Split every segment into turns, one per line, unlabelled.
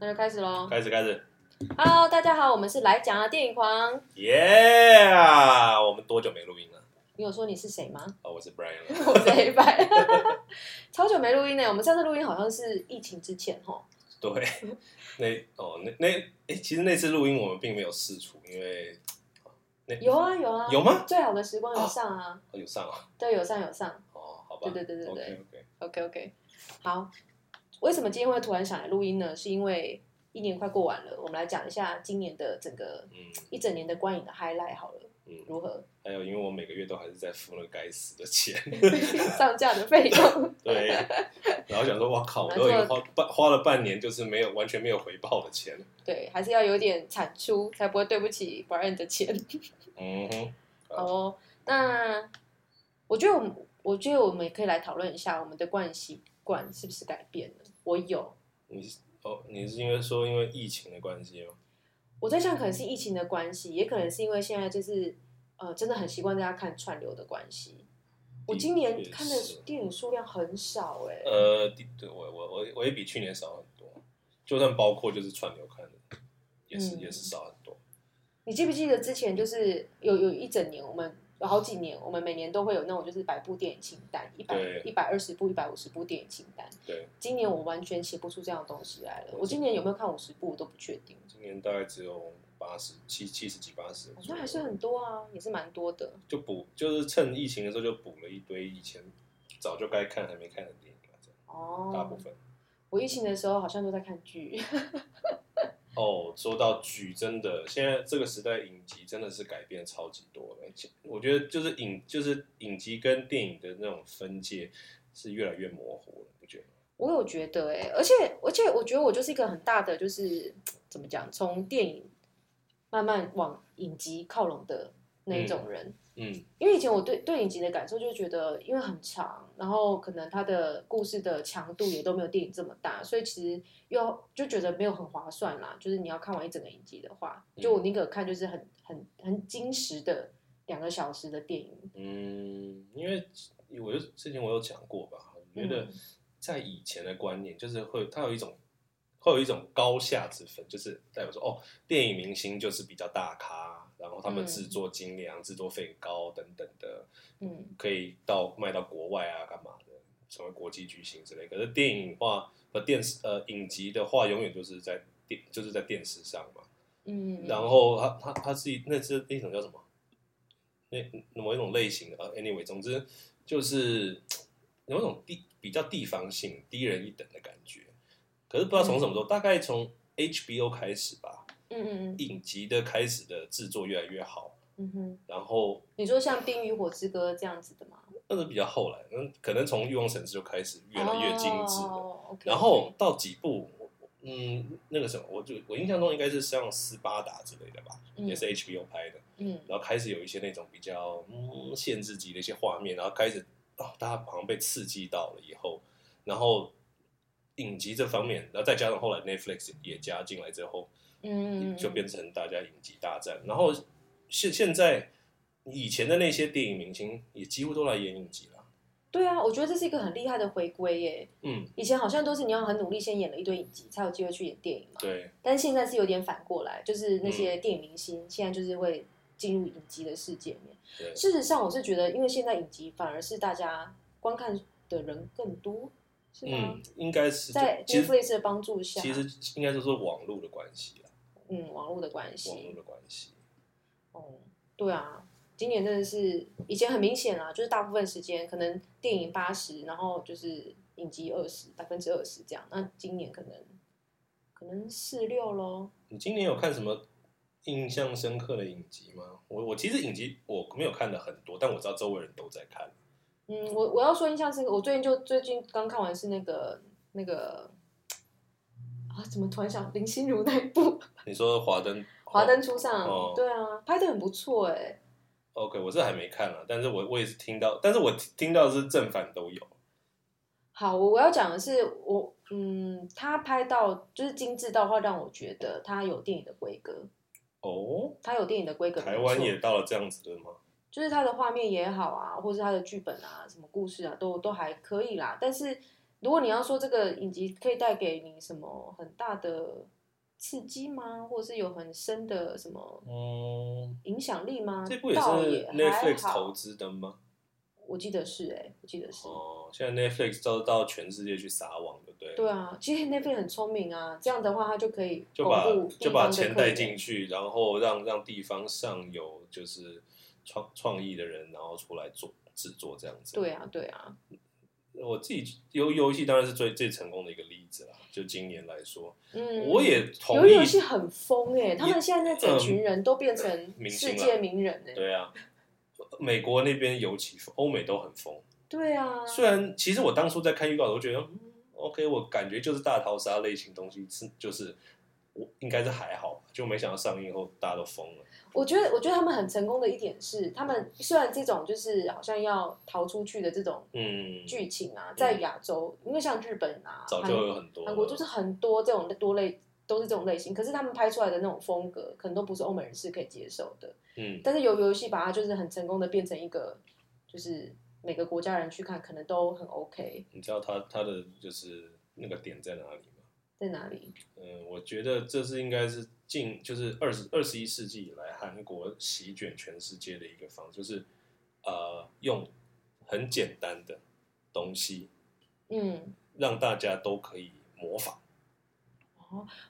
那就开始喽。
开始开始
Hello，大家好，我们是来讲啊电影狂。
，Yeah！我们多久没录音了？
你有说你是谁吗？
哦，我是 Brian 了。
我是黑白， 超久没录音呢。我们上次录音好像是疫情之前哦。
对，那哦那那诶，其实那次录音我们并没有试出，因为那
有啊有啊，
有吗？
最好的时光有上啊，
哦有上啊，
对，有上有上。
哦好吧，
对对对对对
o k OK，
OK OK，好。为什么今天会突然想来录音呢？是因为一年快过完了，我们来讲一下今年的整个
嗯
一整年的观影的 highlight 好了，
嗯，
如何
还有因为我每个月都还是在付那个该死的钱，
上架的费用？
对，然后想说哇靠，我都已经花半花了半年，就是没有完全没有回报的钱，
对，还是要有点产出，才不会对不起 Brian 的钱。
嗯哼，
好哦，那我觉得我们，我觉得我们也可以来讨论一下我们的观影习惯是不是改变了。我有，
你是哦你是因为说因为疫情的关系吗？
我在想，可能是疫情的关系，也可能是因为现在就是呃，真的很习惯大家看串流的关系。我今年
的确
看的
是
电影数量很少哎、
呃，第对我我我我也比去年少很多，就算包括就是串流看的，也是、
嗯
也是少很多。
你记不记得之前就是有有一整年，我们有好几年，我们每年都会有那种就是百部电影清单，一百
对
一百二十部、一百五十部电影清单。
对，
今年我完全写不出这样的东西来了。我今年有没有看五十部我都不确定。
今年大概只有八十七七十几八十
哦，那还是很多啊，也是蛮多的。
就补就是趁疫情的时候就补了一堆以前早就该看还没看的电影啊，这样大部
哦，
分。
我疫情的时候好像都在看剧，
哦，说到剧，真的，现在这个时代影集真的是改变超级多了。我觉得就是影就是影集跟电影的那种分界是越来越模糊了，你不觉得吗？
我有觉得哎、而且而且我觉得我就是一个很大的就是怎么讲，从电影慢慢往影集靠拢的那一种人。
嗯
因为以前我对对影集的感受就觉得，因为很长，然后可能它的故事的强度也都没有电影这么大，所以其实又就觉得没有很划算啦。就是你要看完一整个影集的话，就我宁可看就是很很很精实的两个小时的电影。
嗯，因为我就之前我有讲过吧，我觉得
嗯
在以前的观念就是会，它有一种会有一种高下之分，就是代表说哦，电影明星就是比较大咖，然后他们
嗯
制作精良、制作费很高等等的，
嗯，
可以到卖到国外啊，干嘛的，成为国际巨星之类。可是电影的话和电视呃影集的话，永远就是在电就是在电视上嘛。
嗯，
然后它它它是一那是那种叫什么？那某一种类型的呃，anyway，总之就是有一种地比较地方性、低人一等的感觉。可是不知道从什么时候，大概从 HBO 开始吧，
嗯嗯嗯
影集的开始的制作越来越好，
嗯哼，
然后
你说像《冰与火之歌》这样子的吗？
那是比较后来，嗯，可能从《欲望城市》就开始越来越精致了。
哦 o k
然后到几部，我我嗯，那个什么，我就我印象中应该是像《斯巴达》之类的吧，也是 HBO 拍的。
嗯
然后开始有一些那种比较嗯限制级的一些画面，然后开始哦，大家好像被刺激到了以后，然后影集这方面，然后再加上后来 Netflix 也加进来之后，
嗯嗯，
就变成大家影集大战。然后现现在以前的那些电影明星也几乎都来演影集了，
对啊，我觉得这是一个很厉害的回归耶。
嗯，
以前好像都是你要很努力，先演了一堆影集，才有机会去演电影嘛。
对，嗯
但是现在是有点反过来，就是那些电影明星现在就是会进入影集的世界里面。
对
事实上，我是觉得，因为现在影集反而是大家观看的人更多，是吗？
嗯，应该是
啊在
其实
Netflix 的帮助下，
其实应该就是网络的关系啦，
嗯，网络的关
网络
系，
的关系，
哦、对啊。今年真的是以前很明显啊，就是大部分时间可能电影八十，然后就是影集二十，百分之二十这样。那今年可能可能四六咯。
你今年有看什么印象深刻的影集吗？我我其实影集我没有看的很多，但我知道周围人都在看。
嗯，我我要说印象深刻，我最近就最近刚看完是那个那个啊，怎么突然想林心如那一部《
你说华灯，
华灯初上》
哦
对啊，拍的很不错哎、
哦？OK，我是还没看了，但是我我也是听到，但是我听到的是正反都有。
好，我我要讲的是，我嗯，他拍到就是精致到会让我觉得他有电影的规格，
哦，
他有电影的规格没错。
台湾也到了这样子的吗？
就是它的画面也好啊，或是它的剧本啊、什么故事啊，都都还可以啦。但是如果你要说这个影集可以带给你什么很大的刺激吗？或者是有很深的什么
嗯，
影响力吗？
这部也是
倒也还
Netflix 投
好，
资的吗？
我记得是哎、我记得是。
哦，现在 Netflix 都到全世界去撒网，对不对？
对啊，其实 Netflix 很聪明啊，这样的话他就可以
就把
巩固地
就把
方的
钱
客
带
源
进去，然后让让地方上有就是创创意的人，然后出来做制作这样子。
对啊，对啊，
我自己游游戏当然是最最成功的一个例子啦。就今年来说，
嗯，
我也同
游
意。嗯
游戏很疯哎、他们现在那整群人都变成
明星
世
了
界名人哎、
对啊，美国那边尤其疯欧美都很疯。
对啊，
虽然其实我当初在看预告的时候觉得，嗯，OK，我感觉就是大逃杀类型东西是就是我应该是还好吧，就没想到上映后大家都疯了。
我觉得我觉得他们很成功的一点是，他们虽然这种就是好像要逃出去的这种
嗯，
剧情啊，在亚洲，因为像日本啊、
早就有很多
韩
了
韩国就是很多这种多类都是这种类型，可是他们拍出来的那种风格，可能都不是欧美人士可以接受的。
嗯
但是由游戏把它就是很成功的变成一个，就是每个国家人去看可能都很 OK，
你知道他他的就是那个点在哪里吗？
在哪里？
嗯，我觉得这是应该是近就是二十二十一世纪以来韩国席卷全世界的一个方式，就是呃用很简单的东西
嗯，
让大家都可以模仿。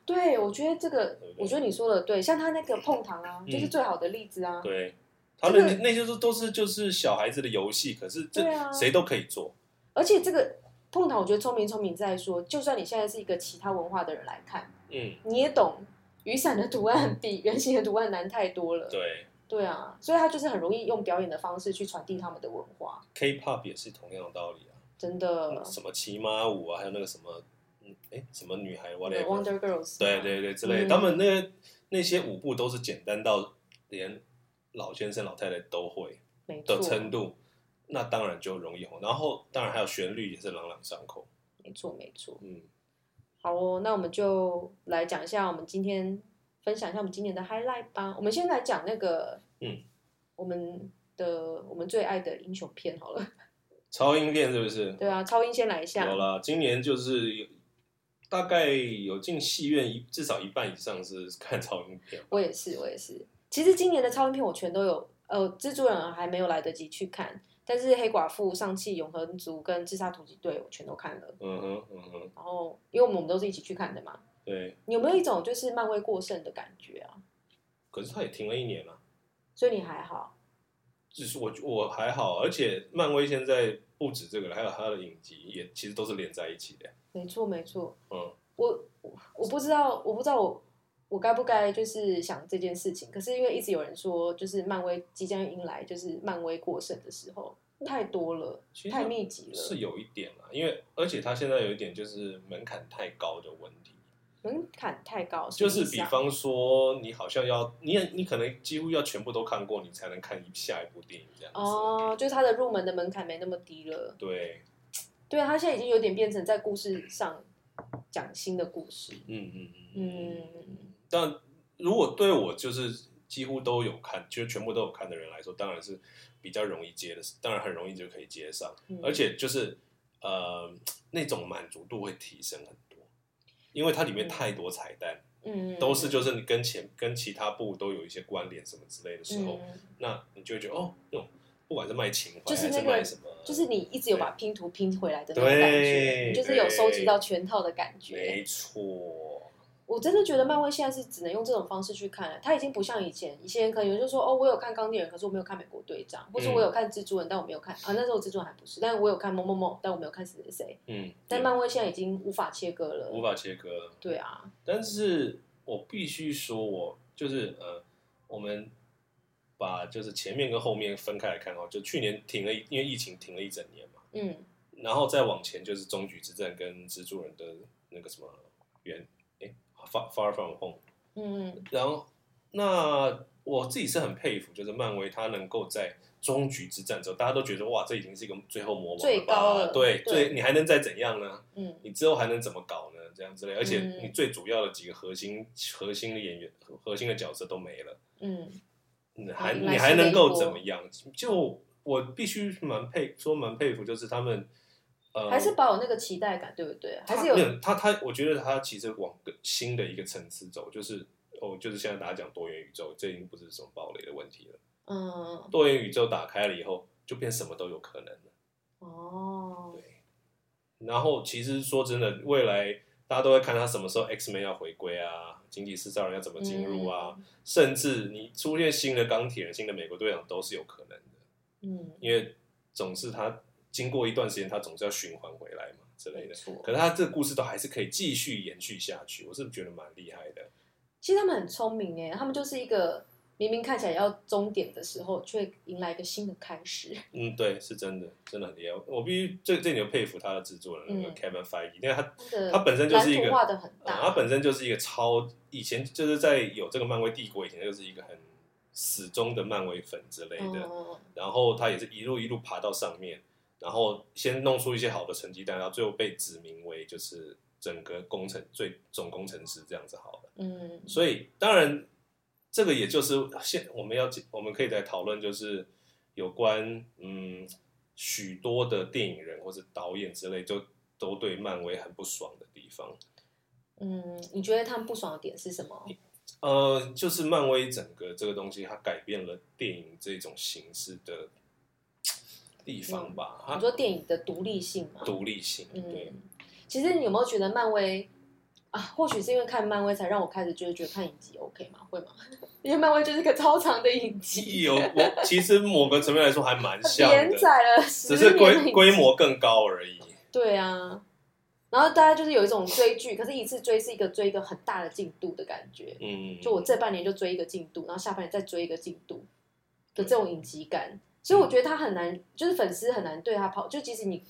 对，我觉得这个
对不，对
我觉得你说的对，像他那个碰糖啊，
嗯
就是最好的例子啊。
对，他
这个
的那些都都是就是小孩子的游戏，可是这
对啊
谁都可以做。
而且这个碰糖，我觉得聪明聪明在说，就算你现在是一个其他文化的人来看，
嗯，
你也懂雨伞的图案比圆形的图案难太多了。
对
对啊，所以他就是很容易用表演的方式去传递他们的文化，
，K-pop 也是同样的道理啊，
真的。
什么骑马舞啊，还有那个什么，嗯，哎，什么女孩
The
whatever，
Wonder Girls，
对对对，之类的，
嗯
他们那个那些舞步都是简单到连老先生老太太都会
没错
的，程度，那当然就容易红。然后当然还有旋律也是朗朗上口，
没错没错。
嗯，
好哦，那我们就来讲一下我们今天分享一下我们今年的 highlight 吧。我们先来讲那个，
嗯，
我们的我们最爱的英雄片好了。
超音片是不是？
对啊，超英先来一下
嗯有。啦，今年就是有大概有进戏院一至少一半以上是 看超音片，
我也是，我也是。其实今年的超英片我全都有，呃，蜘蛛人还没有来得及去看，但是黑寡妇、上汽永恒族跟自杀突击队我全都看了。
嗯哼嗯哼，
然后，因为我们我们都是一起去看的嘛，
对。
你有没有一种就是漫威过剩的感觉啊？
可是他也停了一年了、
所以你还好，
只是我我还好，而且漫威现在不止这个了，还有他的影集也其实都是连在一起的，
没错没错。
嗯
我我我不知道，我不知道我我该不该就是想这件事情。可是因为一直有人说，就是漫威即将迎来就是漫威过剩的时候，太多了
其，实
太密集了，
是有一点啦，因为而且他现在有一点就是门槛太高的问题，
门槛嗯太高，
就
什么
是
意思
比
啊
方说你好像要你你可能几乎要全部都看过，你才能看一下一部电影这样子。
哦，就是它的入门的门槛没那么低了。
对，
对，啊它现在已经有点变成在故事上讲新的故事。
嗯嗯嗯
嗯，
但如果对我就是几乎都有看，就是全部都有看的人来说，当然是比较容易接的，当然很容易就可以接上，
嗯
而且就是呃那种满足度会提升很多，因为它里面太多彩蛋。
嗯，
都是就是你跟前跟其他部都有一些关联什么之类的时候，
嗯
那你就会觉得哦，那种不管是卖情怀、
就是那
还
个
是卖什么，
就是你一直有把拼图拼回来的那种
对
感觉，你就是有收集
对
到全套的感觉。
没错，
我真的觉得漫威现在是只能用这种方式去看了，它已经不像以前，以前可能有人就说哦，我有看钢铁人，可是我没有看美国队长，或是
嗯
我有看蜘蛛人，但我没有看啊，那时候蜘蛛人还不是，但我有看某某某，但我没有看谁谁谁。
嗯，
但漫威现在已经无法切割了，
无法切割了。
对啊，
但是我必须说我，就是呃，我们把就是前面跟后面分开来看哦，就去年停了一，因为疫情停了一整年嘛，
嗯，
然后再往前就是终局之战跟蜘蛛人的那个什么原哎 far far from home。
嗯嗯，
然后，那我自己是很佩服，就是漫威它能够在终局之战之后，大家都觉得哇，这已经是一个最后魔王
最
吧
高了
对，
对
最你还能再怎样呢？
嗯，
你之后还能怎么搞呢？这样之类，而且
嗯
你最主要的几个核心核心的演员、核心的角色都没了，
嗯，
你还
来
你还
自美
能够
国
怎么样？就我必须蛮佩说蛮佩服，就是他们呃，
还是保有那个期待感，对不对？还
他
是
没
有
有他他，我觉得他其实往更新的一个层次走，就是哦，就是现在大家讲多元宇宙，这已经不是什么暴雷的问题了。
嗯
多元宇宙打开了以后，就变什么都有可能了。
哦，
对，然后其实说真的，未来大家都会看他什么时候 X Man 要回归啊，经济制造人要怎么进入啊，
嗯
甚至你出现新的钢铁人、新的美国队长都是有可能的，
嗯，
因为总是他经过一段时间，他总是要循环回来嘛之类
没
的。
错
可。是他这个故事都还是可以继续延续下去，我是觉得蛮厉害的。
其实他们很聪明哎，他们就是一个明明看起来要终点的时候，却迎来一个新的开始。
嗯，对，是真的，真的很厉害。我必须最最牛佩服他的制作人那个
嗯
Kevin Feige，、因为他
他的
他本身就是一
蓝
个
图画的很
呃
大，
他本身就是一个超以前就是在有这个漫威帝国以前，就是一个很死忠的漫威粉之类的。
嗯
然后他也是一路一路爬到上面，然后先弄出一些好的成绩单，然后最后被指名为就是整个工程最总工程师这样子好了。
嗯
所以当然，这个也就是现我们要我们可以来讨论，就是有关嗯许多的电影人或者导演之类，就都对漫威很不爽的地方。
嗯，你觉得他们不爽的点是什么？
呃，就是漫威整个这个东西，它改变了电影这种形式的地方吧，
你
它
说电影的独立性吗？
独立性，对，
嗯，其实你有没有觉得漫威啊？或许是因为看漫威才让我开始就是觉得看影集 OK 吗？会吗？因为漫威就是一个超长的影集，
有我其实某个层面来说还蛮像
连
的，
载了
只
十
是
年的影
规
集
规模更高而已。
对啊，然后大家就是有一种追剧，可是一次追是一个追一个很大的进度的感觉。
嗯，
就我这半年就追一个进度，然后下半年再追一个进度的这种
嗯
影集感，所以我觉得他很难，就是粉丝很难对他跑。就即使你，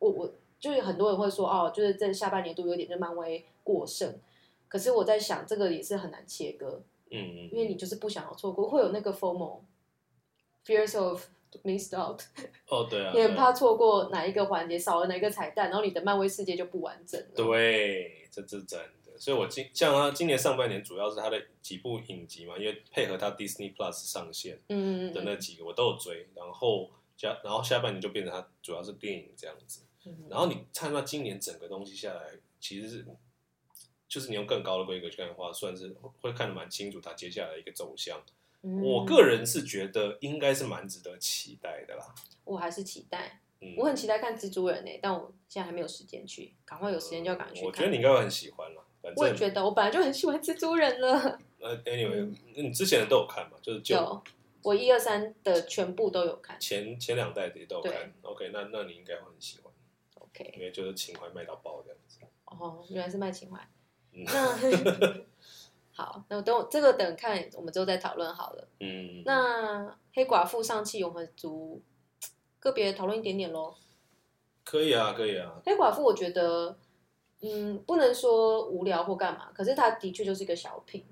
我我就是很多人会说哦，就是这下半年度有点就漫威过剩，可是我在想这个也是很难切割，
嗯，嗯
因为你就是不想要错过，会有那个 FOMO，fears of missed out。
哦对啊，
你很
对啊
怕错过哪一个环节，少了哪一个彩蛋，然后你的漫威世界就不完整了。，
对，这这真的。所以我今像他今年上半年主要是他的几部影集嘛，因为配合他 Disney Plus 上线
嗯
的那几个我都有追，然后下然后下半年就变成他主要是电影这样子。
嗯
然后你看到今年整个东西下来，其实是就是你用更高的规格去看的话，算是会看得蛮清楚它接下来一个走向。
嗯
我个人是觉得应该是蛮值得期待的啦。
嗯我还是期待，
嗯，
我很期待看蜘蛛人呢、但我现在还没有时间去，赶快有时间就要赶快去看。
呃我觉得你应该会很喜欢啦。反
我也
正
觉得，我本来就很喜欢蜘蛛人了。
呃，anyway，你之前的都有看嘛？ 就是就
有，我一二三的全部都有看。
前前两代的也都有
对
看。OK，那那你应该会很喜欢，因
OK，
为就是情怀卖到爆这样子。
哦，原来是卖情怀。
嗯
那好，那我等我这个等看，我们之后再讨论好了。
嗯，
那黑寡妇、上汽永恒族，个别讨论一点点喽。
可以啊，可以啊。
黑寡妇，我觉得，嗯，不能说无聊或干嘛，可是它的确就是一个小品，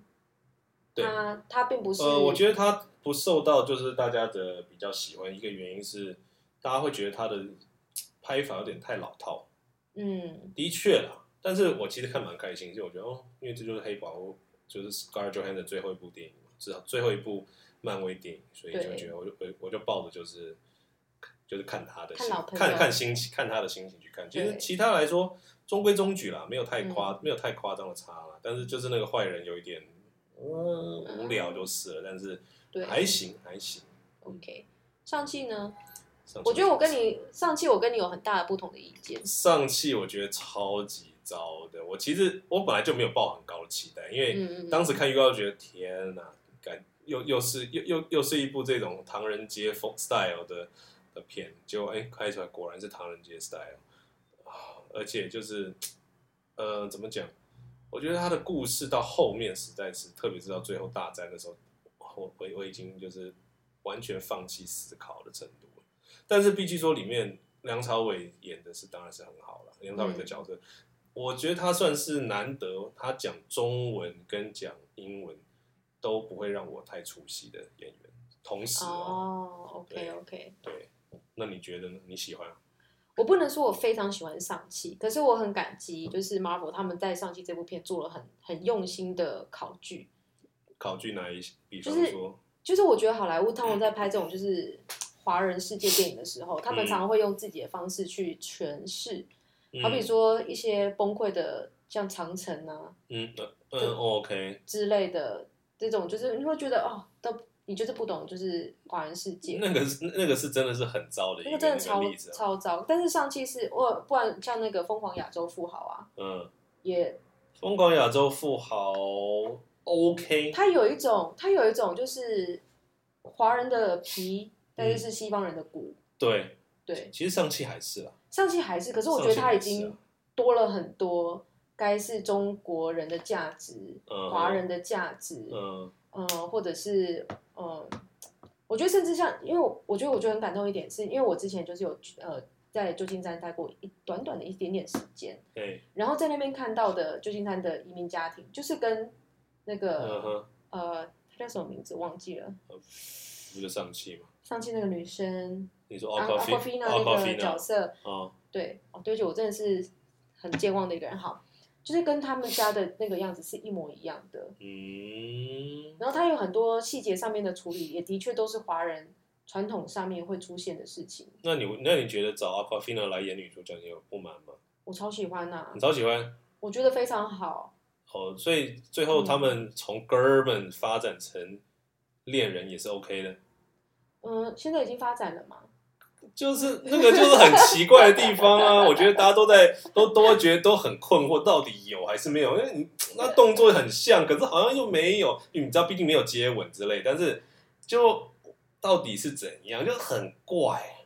对，
它它并不是，
呃，我觉得它不受到就是大家的比较喜欢，一个原因是大家会觉得它的拍法有点太老套，
得，嗯
的确啦。但是我其实看蛮开心，就我觉得哦，因为这就是黑寡妇，就是 Scarlett Johansson 的最后一部电影嘛，至少最后一部漫威电影，所以就
对
觉得我就我我就抱着就是就是看他的
看
心
老朋友
看看心情，看他的心情去看。其实
对嗯
其他来说中规中矩啦，没有太夸、没有太夸张的差啦，但是就是那个坏人有一点。嗯，无聊就是了，但是
对
还行还行。
，OK。上汽呢？
上
我觉得我跟
你
你上汽，我跟你有很大的不同的意见。
上汽，我觉得超级糟的。我其实我本来就没有抱很高的期待，因为
嗯嗯嗯，
当时看预告就觉得天哪，感又又是又又又是一部这种唐人街风 style 的的片，结果哎、开出来果然是唐人街 style，啊而且就是呃怎么讲？我觉得他的故事到后面实在是，特别是到最后大战的时候，我我我已经就是完全放弃思考的程度了。但是必须说，里面梁朝伟演的是当然是很好了。梁朝
嗯
伟的角色，我觉得他算是难得，他讲中文跟讲英文都不会让我太出戏的演员。同时哦，
哦，OK
对
OK。
对，那你觉得呢？你喜欢啊？
我不能说我非常喜欢上汽，可是我很感激，就是 Marvel 他们在上汽这部片做了很很用心的考据，
考据哪一？比
就
方
是
说，
就是我觉得好莱坞他们在拍这种就是 华人世界电影的时候，他们常常会用自己的方式去诠释，好比
嗯嗯
说一些崩溃的，像长城啊
嗯呃嗯，OK，
之类的这种，就是你会觉得哦，都你就是不懂，就是华人世界。
那个是那个是真的是很糟的一
那
个
个真的
那
超
个例子啊，
超糟，但是上汽是我，不然像那个《疯狂亚洲富豪》啊，
嗯，
也
疯狂亚洲富豪 OK，
它有一种，它有一种就是华人的皮，但
嗯
是是西方人的骨，
对，
对，
其实上汽还是啦，
上汽还是，可是我觉得它已
上汽还是
经
啊
多了很多，该是中国人的价值，
嗯
华人的价值，
嗯
嗯、或者是嗯、我觉得甚至像，因为我我觉得我觉得很感动一点是，因为我之前就是有呃在旧金山待过一短短的一点点时间，
哎
然后在那边看到的旧金山的移民家庭，就是跟那
嗯
个、
哼，
呃，她叫什么名字忘记了，
不就上汽吗？
上期那个女生
你说
阿
a q u a f i
i
n
n
a a
a
q u
啊
a
那
f
个
i n a
角色，
啊，
对，哦，对不起，我真的是很健忘的一个人。好，就是跟他们家的那个样子是一模一样的。
嗯，
然后他有很多细节上面的处理，也的确都是华人传统上面会出现的事情。
那你那你觉得找 a q u a f i n a 来演女主角，你有不满吗？
我超喜欢呐、
你超喜欢
我觉得非常好。
哦，所以最
嗯
后他们从哥儿们发展成恋人也是 OK 的，
嗯，现在已经发展了嘛？
就是那个就是很奇怪的地方啊！我觉得大家都在都都会觉得都很困惑，到底有还是没有？因为你那动作很像，可是好像又没有，因为你知道，毕竟没有接吻之类，但是就到底是怎样，就很怪。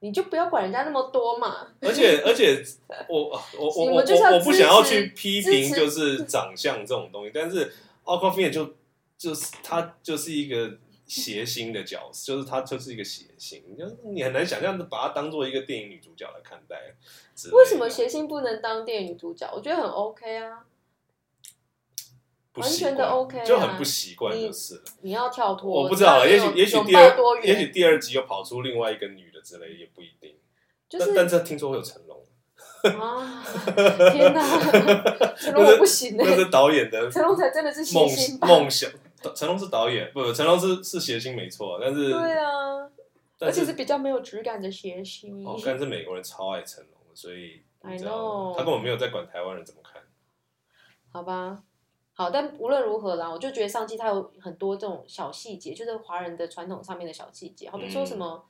你就不要管人家那么多嘛。
而且而且，我我我
你
我
们就是要
我我不想要
支
去
持
批
支
评
持
就是长相这种东西，但是 a q u a f i n 就就是他就是一个谐星的角色，就是他就是一个谐星，就是你很难想象把她当做一个电影女主角来看待之类的。
为什么谐星不能当电影女主角？我觉得很 OK 啊，
不
完
习
全的
惯
OK 啊
就很不习惯
你
就是了。
你要跳脱。
我不知道啊，
你
也
有
许也许
拥
第
抱
二
多元
也许第二集又跑出另外一个女的之类，也不一定。
就是
但但是听说会有成 龙，
啊！天哪，成龙我不行哎、
那是导演的
成龙才真的是谐
梦
星吧？
梦想， 成龙是导演，不，成龙是是谐星没错，但是
对啊，而
但
且
是
是比较没有质感的谐星。
哦，但是美国人超爱成龙的，所以你知
I
道
know
他根本没有在管台湾人怎么看。
好吧，好，但无论如何啦，我就觉得上季它有很多这种小细节，就是华人的传统上面的小细节，好比
嗯
说什么，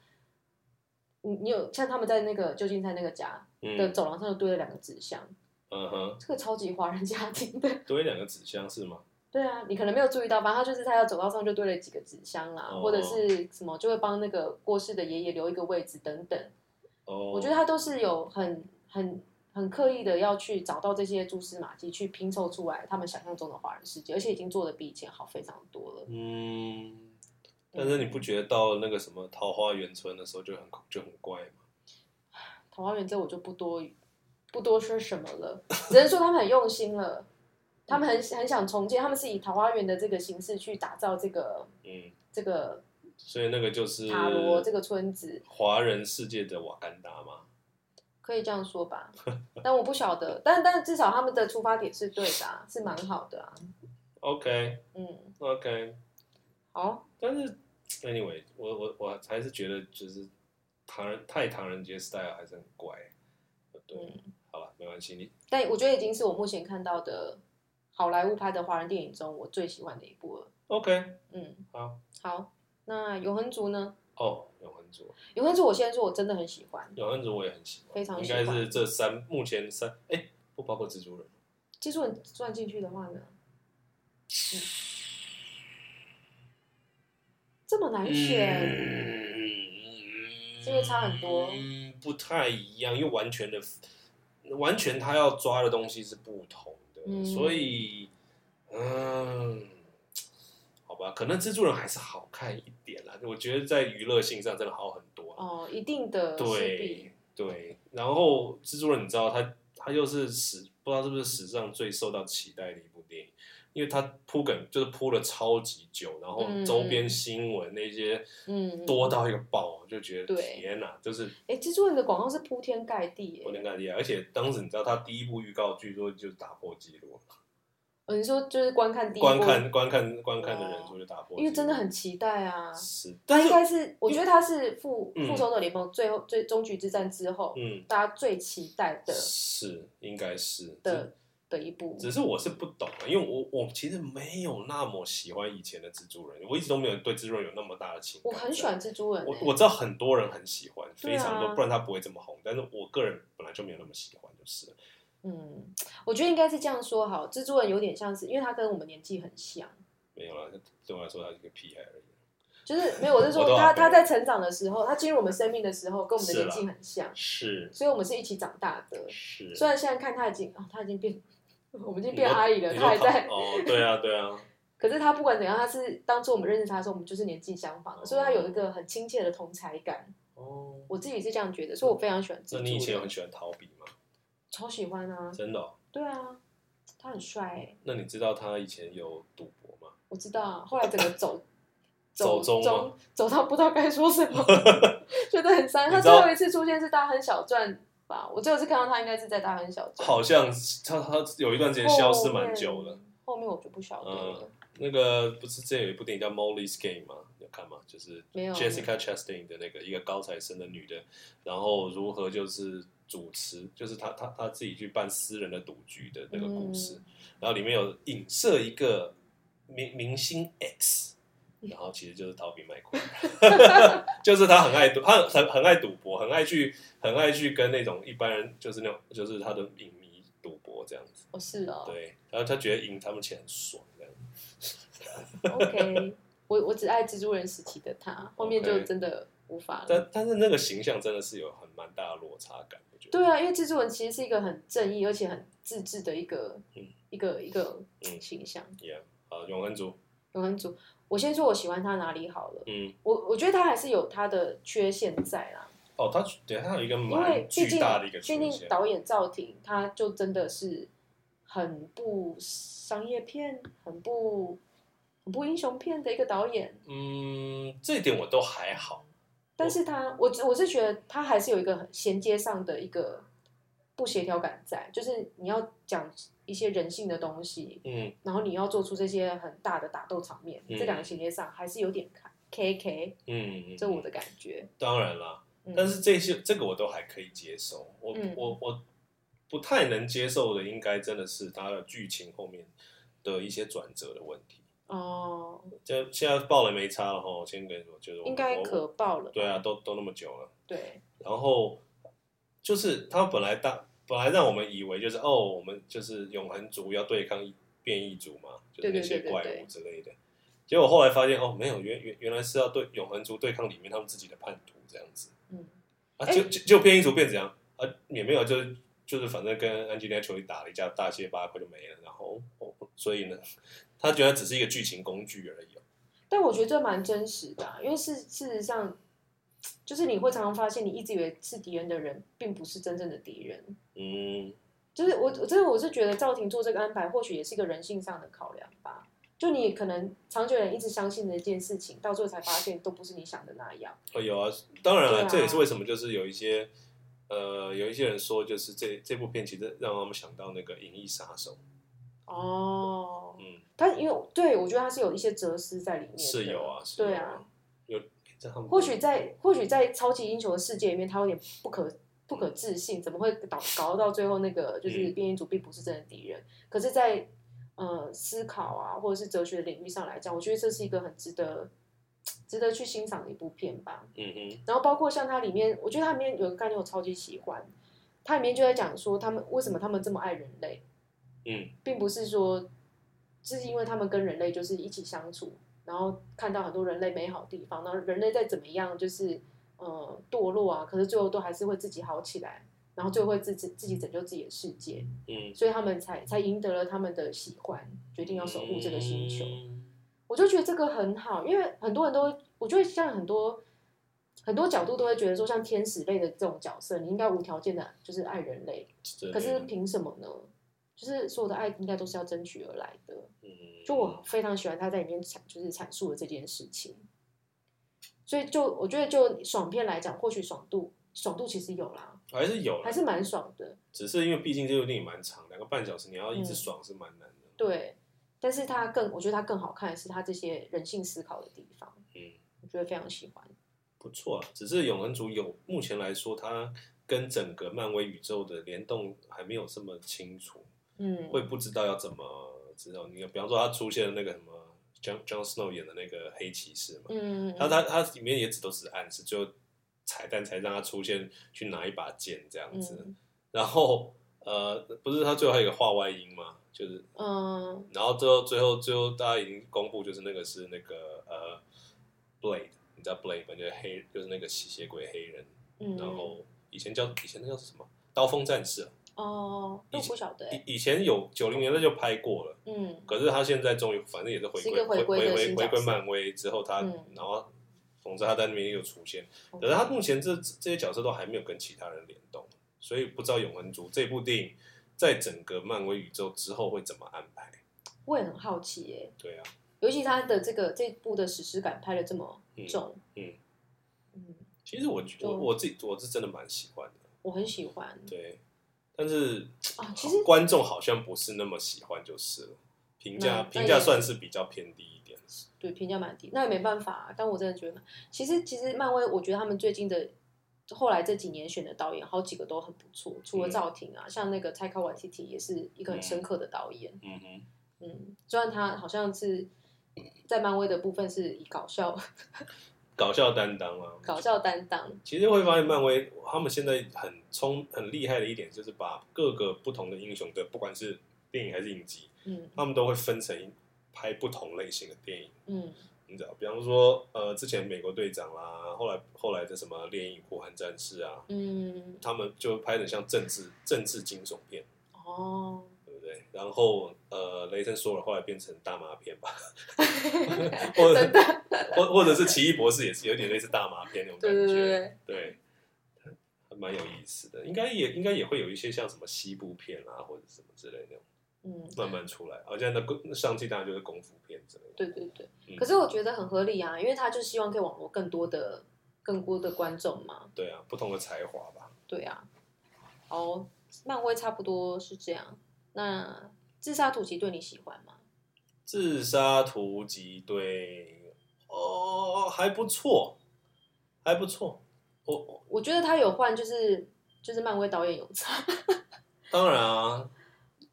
你你有像他们在那个旧金山那个家的
嗯
走廊上就堆了两个纸箱，
嗯哼，
这个超级华人家庭的。
堆两个纸箱是吗？
对啊，你可能没有注意到，反正他就是他要走道上就堆了几个纸箱啦，
哦
或者是什么就会帮那个过世的爷爷留一个位置等等。
哦，
我觉得他都是有很很很刻意的要去找到这些蛛丝马迹，去拼凑出来他们想象中的华人世界，而且已经做的比以前好非常多了。
嗯，但是你不觉得到那个什么桃花源村的时候就很就很怪吗？
桃花源这我就不多不多说什么了，只能说他们很用心了，他们很很想重建，他们是以桃花源的这个形式去打造这个
嗯，
这个
所以那个就是
塔罗这个村子。
华人世界的瓦干达嘛。
可以这样说吧，但我不晓得，但但至少他们的出发点是对的、啊，是蛮好的啊。
OK
嗯，
OK，
好，
但是 anyway，我我我还是觉得就是唐人太唐人街 style 还是很怪。对，
嗯
好了，没关系，你
但我觉得已经是我目前看到的好莱坞拍的华人电影中我最喜欢的一部了。
OK
嗯，
好。
好，那《永恒族》呢？
哦，永恒族，
《永恒族》我先说，我真的很喜欢。
永恒族我也很喜欢，
非常
应
喜欢
该是这三目前三哎不包括蜘蛛人，
技术很算进去的话呢，嗯、这么难选，
嗯，
是因为差很多
嗯，不太一样，因为完全的完全他要抓的东西是不同的，
嗯
所以嗯。好吧，可能蜘蛛人还是好看一点啦。我觉得在娱乐性上真的好很多啊、
哦，一定的势必
对对，然后蜘蛛人你知道他他又是史不知道是不是史上最受到期待的一部电影，因为他铺梗就是铺了超级久，然后
嗯
周边新闻那些
嗯
多到一个爆，我就觉得
对
天哪，就是
哎，蜘蛛人的广告是铺天盖地耶，
我能感觉，而且当时你知道他第一部预告据说就打破纪录，
哦，你说就是观看第一部，哦
观看观看观看的人数就打破纪录，
因为真的很期待啊。
是，
它
但
应
是
该是，我觉得它是复
嗯
复仇者联盟最后最终局之战之后，
嗯，
大家最期待的
是应该是
的的一部。
只是我是不懂啊，因为我我其实没有那么喜欢以前的蜘蛛人，我一直都没有对蜘蛛人有那么大的情
我
感。
很喜欢蜘蛛人欸，
我我知道很多人很喜欢，
对啊
非常多，不然他不会这么红。但是我个人本来就没有那么喜欢，就是了
嗯，我觉得应该是这样说好。蜘蛛人有点像是，因为他跟我们年纪很像，
没有啦，对我来说他是个屁孩而已。
就是没有，我是
我都
说他
好对
他在成长的时候，他进入我们生命的时候，跟我们的年纪很像，
是
所以我们是一起长大的。
是，
虽然现在看他已经，哦，他已经变，我们已经
你
变
说
阿姨了，
你
他
说
还在
跑，哦，对啊对啊，
可是他不管怎样，他是当初我们认识他的时候，我们就是年纪相仿的，所以他有一个很亲切的同才感。
哦，
我自己是这样觉得，所以我非常喜欢蜘
那
蛛
你以前有
人，
很喜欢陶比吗？
超喜欢啊！
真的哦？
对啊，他很帅、欸，
那你知道他以前有赌博吗？
我知道。啊后来整个走
走中
中
吗
走到不知道该说什 么，觉得很伤。
你
他
知
最
道
后一次出现是《大亨小传》吧？我最后一次看到他应该是在《大亨小传》后
好像是他他有一段时间
面，
消失蛮久嗯的。
后面我就不晓得了。
那个不是之前有一部电影叫《Molly's Game》吗？你有看吗？就是
没有
Jessica Chastain 的那个一个高材生的女的，然后如何就是主持，就是她她她自己去办私人的赌局的那个故事，
嗯
然后里面有影射一个明明星 X。
嗯
然后其实就是逃避麦昆， 就是他很爱赌，他很很爱赌博，很爱去很爱去跟那种一般人，就是那种就是他的影迷赌博这样子。
哦，是哦。
对，然后他觉得赢他们钱很爽，这样
OK，我 我只爱蜘蛛人时期的他，后面就
OK
真的无法了。
但但是那个形象真的是有很蛮大的落差感，我觉得。
对啊，因为蜘蛛人其实是一个很正义而且很自制的一个、
嗯
一个一个
嗯
形象。
Yeah，好，呃永恩族，
永恒族，我先说我喜欢他哪里好了。
嗯，
我我觉得他还是有他的缺陷在啦，
哦，他对他有一个
因为
蛮
毕
巨
竟
大的一个缺
毕竟
陷，
导演赵婷，他就真的是很不商业片，很不很不英雄片的一个导演。
嗯，这一点我都还好，
但是他，我只我是觉得他还是有一个很衔接上的一个不协调感在，就是你要讲一些人性的东西，
嗯，
然后你要做出这些很大的打斗场面，
嗯
这两个衔接上还是有点 K K，
嗯嗯，
这我的感觉。
当然啦，
嗯、
但是这些这个我都还可以接受，我、
嗯
我我不太能接受的，应该真的是他的剧情后面的一些转折的问题。
哦，
就现在爆了没差了哈，我先跟你说，就是我
应该
我
可爆了。
对啊，都都那么久了。
对，
然后就是他本来大本来让我们以为就是哦，我们就是永恒族要对抗变异族嘛，就是那
对对对
些
对
怪
对
物之类的。结果后来发现哦，没有，原原原来是要对永恒族对抗里面他们自己的叛徒这样子
嗯，
啊，
哎
就就就变异族变怎样啊？也没有，就是就是反正跟安吉丽娜·裘丽打了一架大卸八块就没了，然后哦，所以呢， 他觉得只是一个剧情工具而已哦。
但我觉得这蛮真实的啊、因为事事实上，就是你会常常发现，你一直以为是敌人的人，并不是真正的敌人。
嗯，
就是我，我真的我是觉得赵婷做这个安排，或许也是一个人性上的考量吧。就你可能长久以来一直相信的一件事情，到最后才发现都不是你想的那样。
哦，有啊，当然了，
对啊
这也是为什么就是有一些呃，有一些人说就是这这部片其实让他们想到那个《银翼杀手》，
哦，
嗯，
他因为对我觉得他是有一些哲思在里面的，
是有啊，是有
对
啊，有这他们
或许在或许在超级英雄的世界里面，他有点不可不可置信，怎么会搞搞到最后那个就是
嗯
变异组并不是真的敌人？可是在，呃思考啊，或者是哲学领域上来讲，我觉得这是一个很值得值得去欣赏的一部片吧。
嗯哼，
然后包括像它里面，我觉得它里面有个概念我超级喜欢，它里面就在讲说他们为什么他们这么爱人类，
嗯
并不是说这是因为他们跟人类就是一起相处，然后看到很多人类美好的地方，然后人类再怎么样就是呃堕落啊，可是最后都还是会自己好起来，然后最后会自己自己拯救自己的世界，
嗯，
所以他们才才赢得了他们的喜欢，决定要守护这个星球。
嗯
我就觉得这个很好，因为很多人都会，我觉得像很多很多角度都会觉得说，像天使类的这种角色，你应该无条件的就是爱人类，
之类
可
的嗯
是凭什么呢？就是所有的爱应该都是要争取而来的。
嗯，
就我非常喜欢他在里面阐，就是阐述的这件事情。所以就我觉得，就爽片来讲，或许爽度爽度其实有啦，
还是有啦，
还是蛮爽的。
只是因为毕竟这部电影蛮长，两个半小时，你要一直
嗯
爽是蛮难的。
对，但是它更，我觉得它更好看的是它这些人性思考的地方，
嗯，
我觉得非常喜欢。
不错啊。只是永恒族有目前来说，它跟整个漫威宇宙的联动还没有这么清楚，
嗯，
会不知道要怎么知道。你比方说，它出现了那个什么 John John Snow 演的那个黑骑士嘛，
嗯，
他他他里面也只都是暗示，最后彩蛋才让他出现去拿一把剑这样子。
嗯
然后呃，不是他最后还有一个话外音吗？就是
嗯
然后最后最后最后大家已经公布，就是那个是那个呃，Blade，你知道 Blade 吗？就是黑，就是那个吸血鬼黑人，
嗯，
然后以前叫以前那叫什么？刀锋战士啊，
哦，那我不晓得欸，
以以前有九零年代就拍过了，
嗯
可是他现在终于反正也是回
是一
归
个回
回
归的
回
新
回
角
归
色
漫威之后他，
嗯
然后总之他在那边又出现，
，OK，
可是他目前这这些角色都还没有跟其他人联动，所以不知道永恒族这部电影在整个漫威宇宙之后会怎么安排。
我也很好奇耶，
对啊，
尤其他的这个这部的史诗感拍的这么
嗯
重，
嗯
嗯，
其实我觉
就
我我自己我是真的蛮喜欢的，
我很喜欢
对，但是
啊，其实
观众好像不是那么喜欢就是了，评价
那
评价
那也
算是比较偏低一点，
对评价蛮低，那也没办法、啊。但我真的觉得蛮，其实其实漫威，我觉得他们最近的后来这几年选的导演，好几个都很不错，除了
嗯
赵婷啊，像那个泰卡瓦蒂蒂也是一个很深刻的导演。
嗯哼，
嗯，虽然他好像是在漫威的部分是以搞笑
搞笑担当啊，
搞笑担当，
其实会发现漫威他们现在很聪很厉害的一点就是把各个不同的英雄的，不管是电影还是影集，
嗯
他们都会分成拍不同类型的电影。
嗯
你知道，比方说，呃，之前美国队长啦，后来后来的什么《猎鹰与酷寒战士》啊，
嗯，
他们就拍的像政治政治惊悚片，
哦，
对不对？然后呃，雷神索尔后来变成大麻 片吧，或者
真的，
或或者是奇异博士也是有点类似大麻片那种感
对
觉，
对对对，
对，还蛮有意思的。应该也应该也会有一些像什么西部片啊，或者什么之类的那种
嗯。
慢慢出来。好像那功上季当然就是功夫片之类的。
对对对，
嗯
可是我觉得很合理啊，因为他就希望可以网罗更多的、更多的观众嘛。
对啊，不同的才华吧。
对啊，好，哦漫威差不多是这样。那自杀突击队你喜欢吗？
自杀突击队哦，还不错，还不错。我、我
我觉得他有换，就是就是漫威导演有差，
当然啊，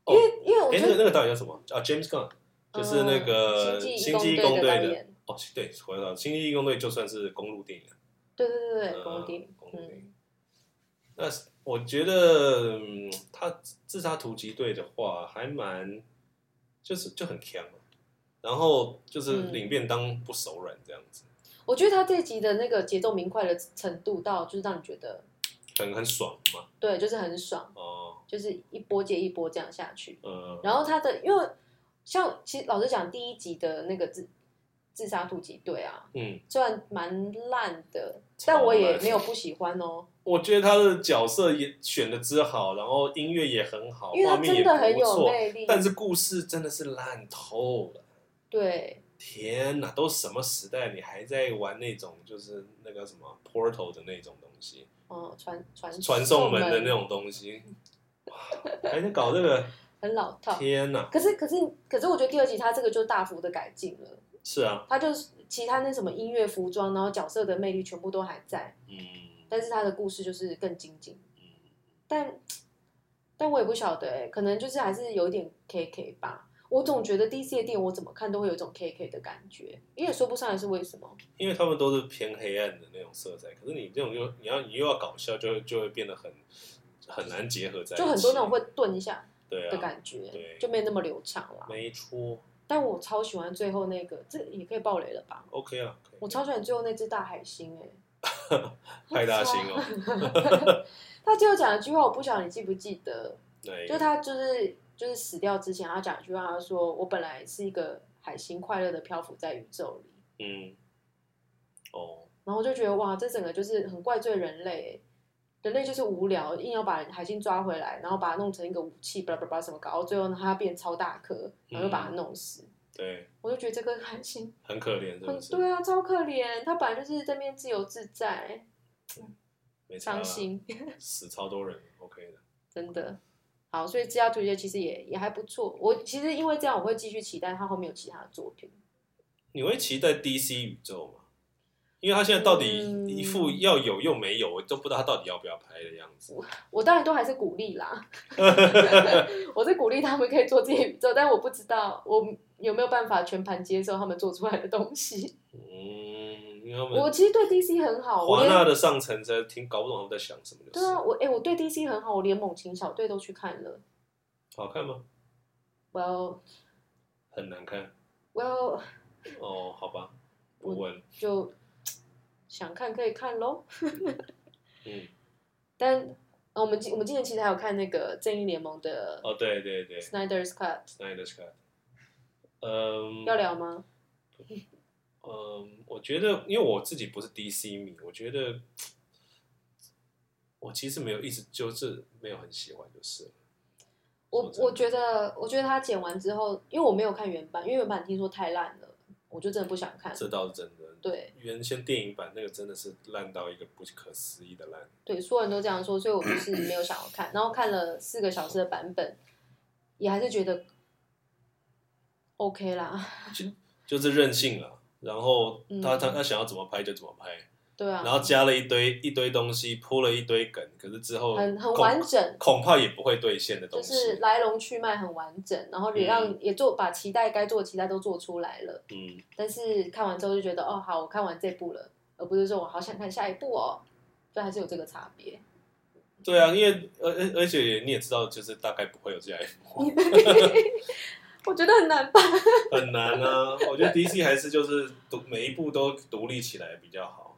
哦
因为因为我
哎、
觉
那个
得、
那个导演叫什么啊？James Gunn，就是那个
嗯
星
星
际
际
异
异
攻
攻
队
队的导
的
演
哦，对，回到星际义工队就算是公路电影了。
对对对对
嗯
对，宫顶，
宫
嗯
顶那是我觉得、嗯他自杀突击队的话，还蛮就是就很强，啊然后就是
嗯
领便当不手软这样子，
我觉得他这集的那个节奏明快的程度到，就是让你觉得
很很爽嘛。
对，就是很爽，
哦，
就是一波接一波这样下去。
嗯，
然后他的，因为像其实老实讲，第一集的那个自自杀突击队啊，
嗯，
虽然蛮烂的，
超
但我也
烂
没有不喜欢 哦，
我觉得他的角色也选的之好，然后音乐也很好，
因为
画
它
面
真
也
的很
不
有
错，
魅力。
但是故事真的是烂透了。
对，
天哪，都什么时代，你还在玩那种就是那个什么 Portal 的那种东西，
哦，传传
传送门的那种东西， 哇，还在哎搞这个？
很老套。
天哪！
可是可是可是，我觉得第二集它这个就大幅的改进了，
是啊，
它就是其他那什么音乐、服装，然后角色的魅力全部都还在，
嗯
但是它的故事就是更精进。
嗯，
但但我也不晓得哎、可能就是还是有一点 KK 吧。我总觉得 DC 的电影我怎么看都会有一种 KK 的感觉，你也说不上来是为什么。
因为他们都是偏黑暗的那种色彩，可是你这种又你要你又要搞笑，就会就会变得很很难结合在一起，
就很多那种会顿一下
对
的
啊，
感觉，
对
就没那么流畅啦。
没错
但我超喜欢最后那个，这也可以爆雷了吧？
，OK 啊，可以
我超喜欢最后那只大海星、 欸，
派大星哦，
哎，他最后讲了一句话，我不晓得你记不记得，
对，
就他就是就是死掉之前，他讲一句话，他说：“我本来是一个海星，快乐的漂浮在宇宙里。
嗯，哦，”
然后我就觉得哇，这整个就是很怪罪人类、欸人类就是无聊，硬要把海星抓回来，然后把它弄成一个武器，巴拉巴拉巴拉什么搞，到最后呢它变超大颗，然后又
嗯
把它弄死。
对，
我就觉得这个海星
很可怜，是
很
不是？
对啊，超可怜，他本来就是这边自由自在，
没差啦
伤，
啊
心，
死超多人，OK 的。
真的。好，所以资料推荐其实也也还不错。我其实因为这样，我会继续期待他后面有其他的作品。
你会期待 DC 宇宙吗？因为他现在到底
嗯
一副要有又没有，我都不知道他到底要不要拍的样子。
我当然都还是鼓励 啦，我是鼓励他们可以做自己的宇宙，但我不知道我有没有办法全盘接受他们做出来的东西。
嗯，因为他
我
们
其实对 DC 很好，我
华纳
连
的上层真的挺搞不懂他们在想什么，就
对啊，
是
我哎、我对 DC 很好，我连猛禽小队都去看了。
好看吗？
Well
很难看
well，
哦，好吧，不问。
就想看可以看喽。
嗯，
但、呃我们今我们今年其实还有看那个正义联盟的
哦，对对对
Snyder's Cut，、
，Snyder Scott。嗯，
要聊吗？
嗯，我觉得，因为我自己不是 DC 迷，我觉得我其实没有一直就是没有很喜欢，就是了
我我觉得，我觉得他剪完之后，因为我没有看原版，因为原版听说太烂了，我就真的不想看。
这倒是真的。
对
原先电影版那个真的是烂到一个不可思议的烂，
对，所有人都这样说，所以我就是没有想要看。然后看了四个小时的版本，也还是觉得 OK 啦。
就是任性了。然后
嗯
他他他想要怎么拍就怎么拍，
对
然
啊，
后加了一堆一堆东西，铺了一堆梗，可是之后
很很
恐
完整，
恐怕也不会兑现的东
就
西。
是来龙去脉很完整，然后也让、
嗯
也做把期待该做的期待都做出来了。
嗯，
但是看完之后就觉得，哦，好，我看完这部了，而不是说我好想看下一部哦，就还是有这个差别。
对啊，因为而而而且你也知道，就是大概不会有这样一幕。
我觉得很难吧。
很难啊。我觉得 DC 还是就是独每一步都独立起来比较好。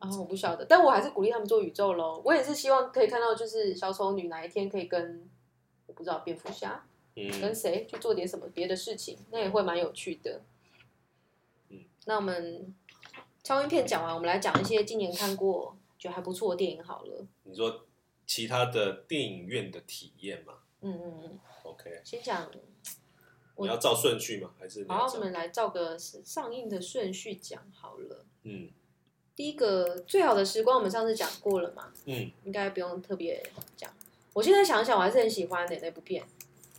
啊、我不晓得，但我还是鼓励他们做宇宙喽。我也是希望可以看到，就是小丑女哪一天可以跟我不知道蝙蝠侠跟
嗯，
谁去做点什么别的事情，那也会蛮有趣的。
嗯，
那我们超英片讲完，我们来讲一些今年看过觉得还不错的电影好了。
你说其他的电影院的体验嘛
嗯嗯嗯，
？OK，
先讲，我
你要照顺序吗？还是你
好，
要
我
照？
们来照个上映的顺序讲好了。
嗯
第一个最好的时光，我们上次讲过了嘛，
嗯，
应该不用特别讲。我现在想想，我还是很喜欢的、那部片。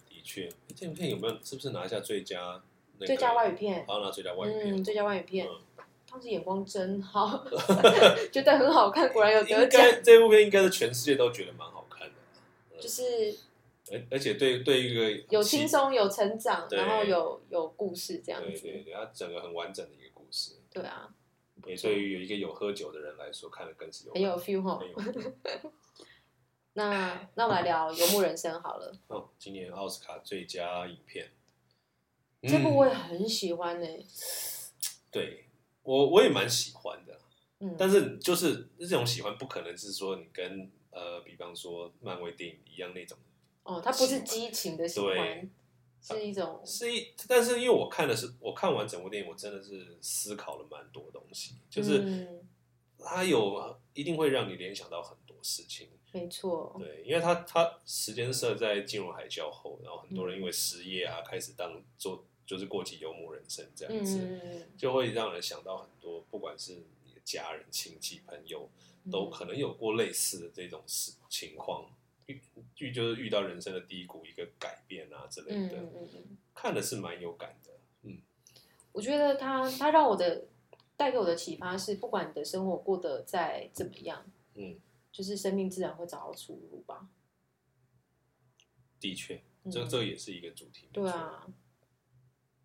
的确，诶这部片有没有是不是拿一下最佳、那个？
最佳外语片，
好，拿最佳外语片。
嗯，最佳外语片
嗯，
当时眼光真 好， 觉得很好看，果然有得
应
奖。
该这部片应该是全世界都觉得蛮好看的，
就是
而而且对对一个
有轻松，有成长，
对
然后有有故事这样
对对
子，
对，它整个很完整的一个故事，
对啊，
也对于有一个有喝酒的人来说，看的更是有
很有 feel 吼
很。有 feel
那那我们来聊《游牧人生》好了，
哦，今年奥斯卡最佳影片，
这部我
嗯、
也很喜欢呢。
对我我也蛮喜欢的，
嗯，
但是就是这种喜欢不可能是说你跟呃，比方说漫威电影一样那种，
哦，它不
喜
是
欢
激情的喜欢
对，
是一种
是一，但是因为我看的是我看完整部电影，我真的是思考了蛮多东西，就是
嗯
它有一定会让你联想到很多事情，
没错，
对，因为它它时间设在金融海啸后，然
嗯
后很多人因为失业啊，开始当做就是过起游牧人生这样子，
嗯，
就会让人想到很多，不管是你的家人、亲戚、朋友，
嗯
都可能有过类似的这种事情况，遇遇就是遇到人生的低谷，一个改变啊之类
嗯嗯
的，
嗯嗯嗯。
看的是蛮有感的。
我觉得他他让我的带给我的启发是，不管你的生活过得再怎么样，
嗯，
就是生命自然会找到出路吧。
的确，
嗯、
这这也是一个主题。
对啊，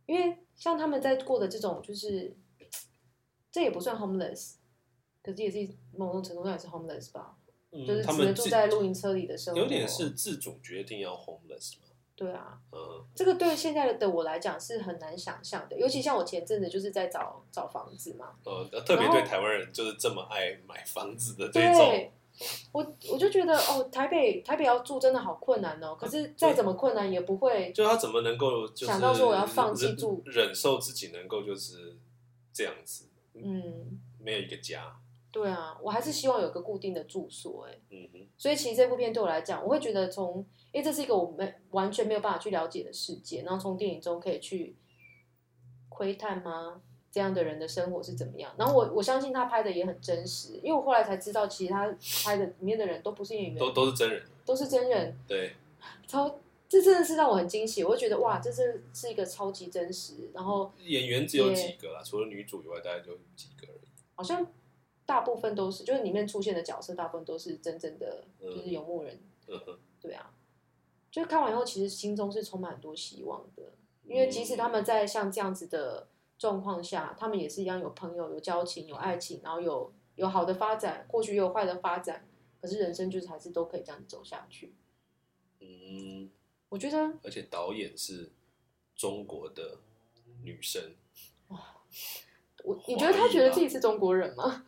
因为像他们在过的这种，就是这也不算 homeless，可是也是某种程度上也是 homeless 吧，
没错，
就是
嗯，他
只能
们
住
自
在露营车里的生活，
有点是自主决定要 homeless 嘛，
对啊，
嗯
这个对现在的我来讲是很难想象的，尤其像我前阵子就是在找找房子嘛，
呃，特别
然后
对台湾人就是这么爱买房子的这种，
对，我我就觉得哦，台北台北要住真的好困难哦。可是再怎么困难也不会，
就他怎么能够就是
想到说我要放弃住
忍忍受自己能够就是这样子，
嗯，
没有一个家，
对啊，我还是希望有个固定的住所哎。
嗯哼，
所以其实这部片对我来讲，我会觉得从，因为这是一个我没完全没有办法去了解的世界，然后从电影中可以去窥探吗？这样的人的生活是怎么样？然后我我相信他拍的也很真实，因为我后来才知道，其实他拍的里面的人都不是演员，
都都是真人，
都是真人，
对，
超，这真的是让我很惊喜。我就觉得哇，这真的是一个超级真实，然后
演员只有几个啦，除了女主以外，大概就几个而已。
好像大部分都是，就是里面出现的角色，大部分都是真正的就是游牧人，
嗯哼，
对啊。就是看完以后，其实心中是充满很多希望的，因为
嗯
即使他们在像这样子的状况下，他们也是一样有朋友、有交情、有爱情，然后有有好的发展，或许也有坏的发展，可是人生就是还是都可以这样子走下去。
嗯，
我觉得
而且导演是中国的女生，
我你觉得他觉得自己是中国人吗？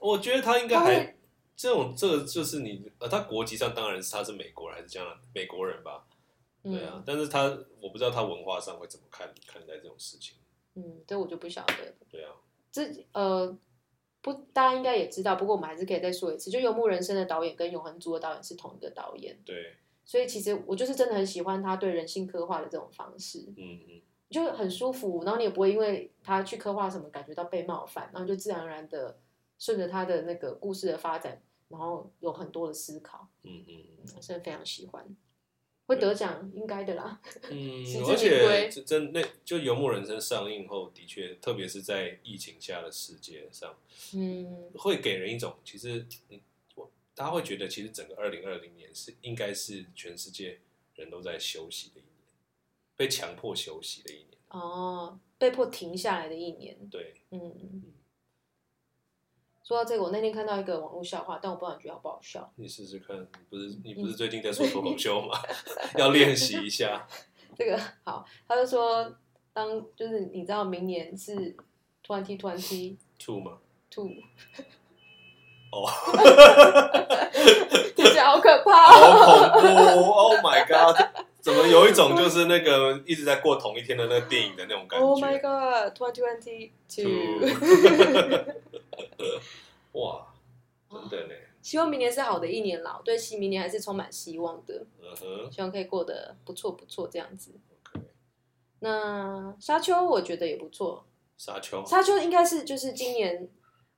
我觉得她应该
她
还
会
这种，这个就是你呃，她国籍上当然是她是美国人还是加拿美国人吧，
嗯
对啊，但是她我不知道她文化上会怎么看看待这种事情，
嗯，嗯，这我就不晓得。
对啊，
这呃不，大家应该也知道，不过我们还是可以再说一次，就《游牧人生》的导演跟《永恒族》的导演是同一个导演，
对，
所以其实我就是真的很喜欢他对人性刻画的这种方式，
嗯嗯，
就很舒服，然后你也不会因为他去刻画什么感觉到被冒犯，然后就自然而然的顺着他的那个故事的发展，然后有很多的思考，
嗯嗯
我真的非常喜欢。会得奖应该的啦，
嗯
实，
而
至名归
且真真那就《游牧人生》上映后，的确，特别是在疫情下的世界上，
嗯
会给人一种其实你我大家会觉得，其实整个二零二零年是应该是全世界人都在休息的一年，被强迫休息的一年。
哦，被迫停下来的一年，
对，
嗯，说到这个，我那天看到一个网络笑话，但我不知道你觉得好不好笑。
你试试看，你不是你
嗯
不是最近在说脱口 秀吗？要练习一下。
这个好，他就说，当就是你知道明年是 twenty twenty
Two 吗？
two，
哦，
听起来好可怕哦。
好恐怖！Oh my god！怎么有一种就是那个一直在过同一天的那个电影的那种感觉
Oh my god, twenty twenty two，
Two 哇，真的嘞，
希望明年是好的一年啦，我对新明年还是充满希望的，
嗯哼
希望可以过得不错不错这样子。
，OK，
那沙丘我觉得也不错，
沙丘，
沙丘应该是就是今年，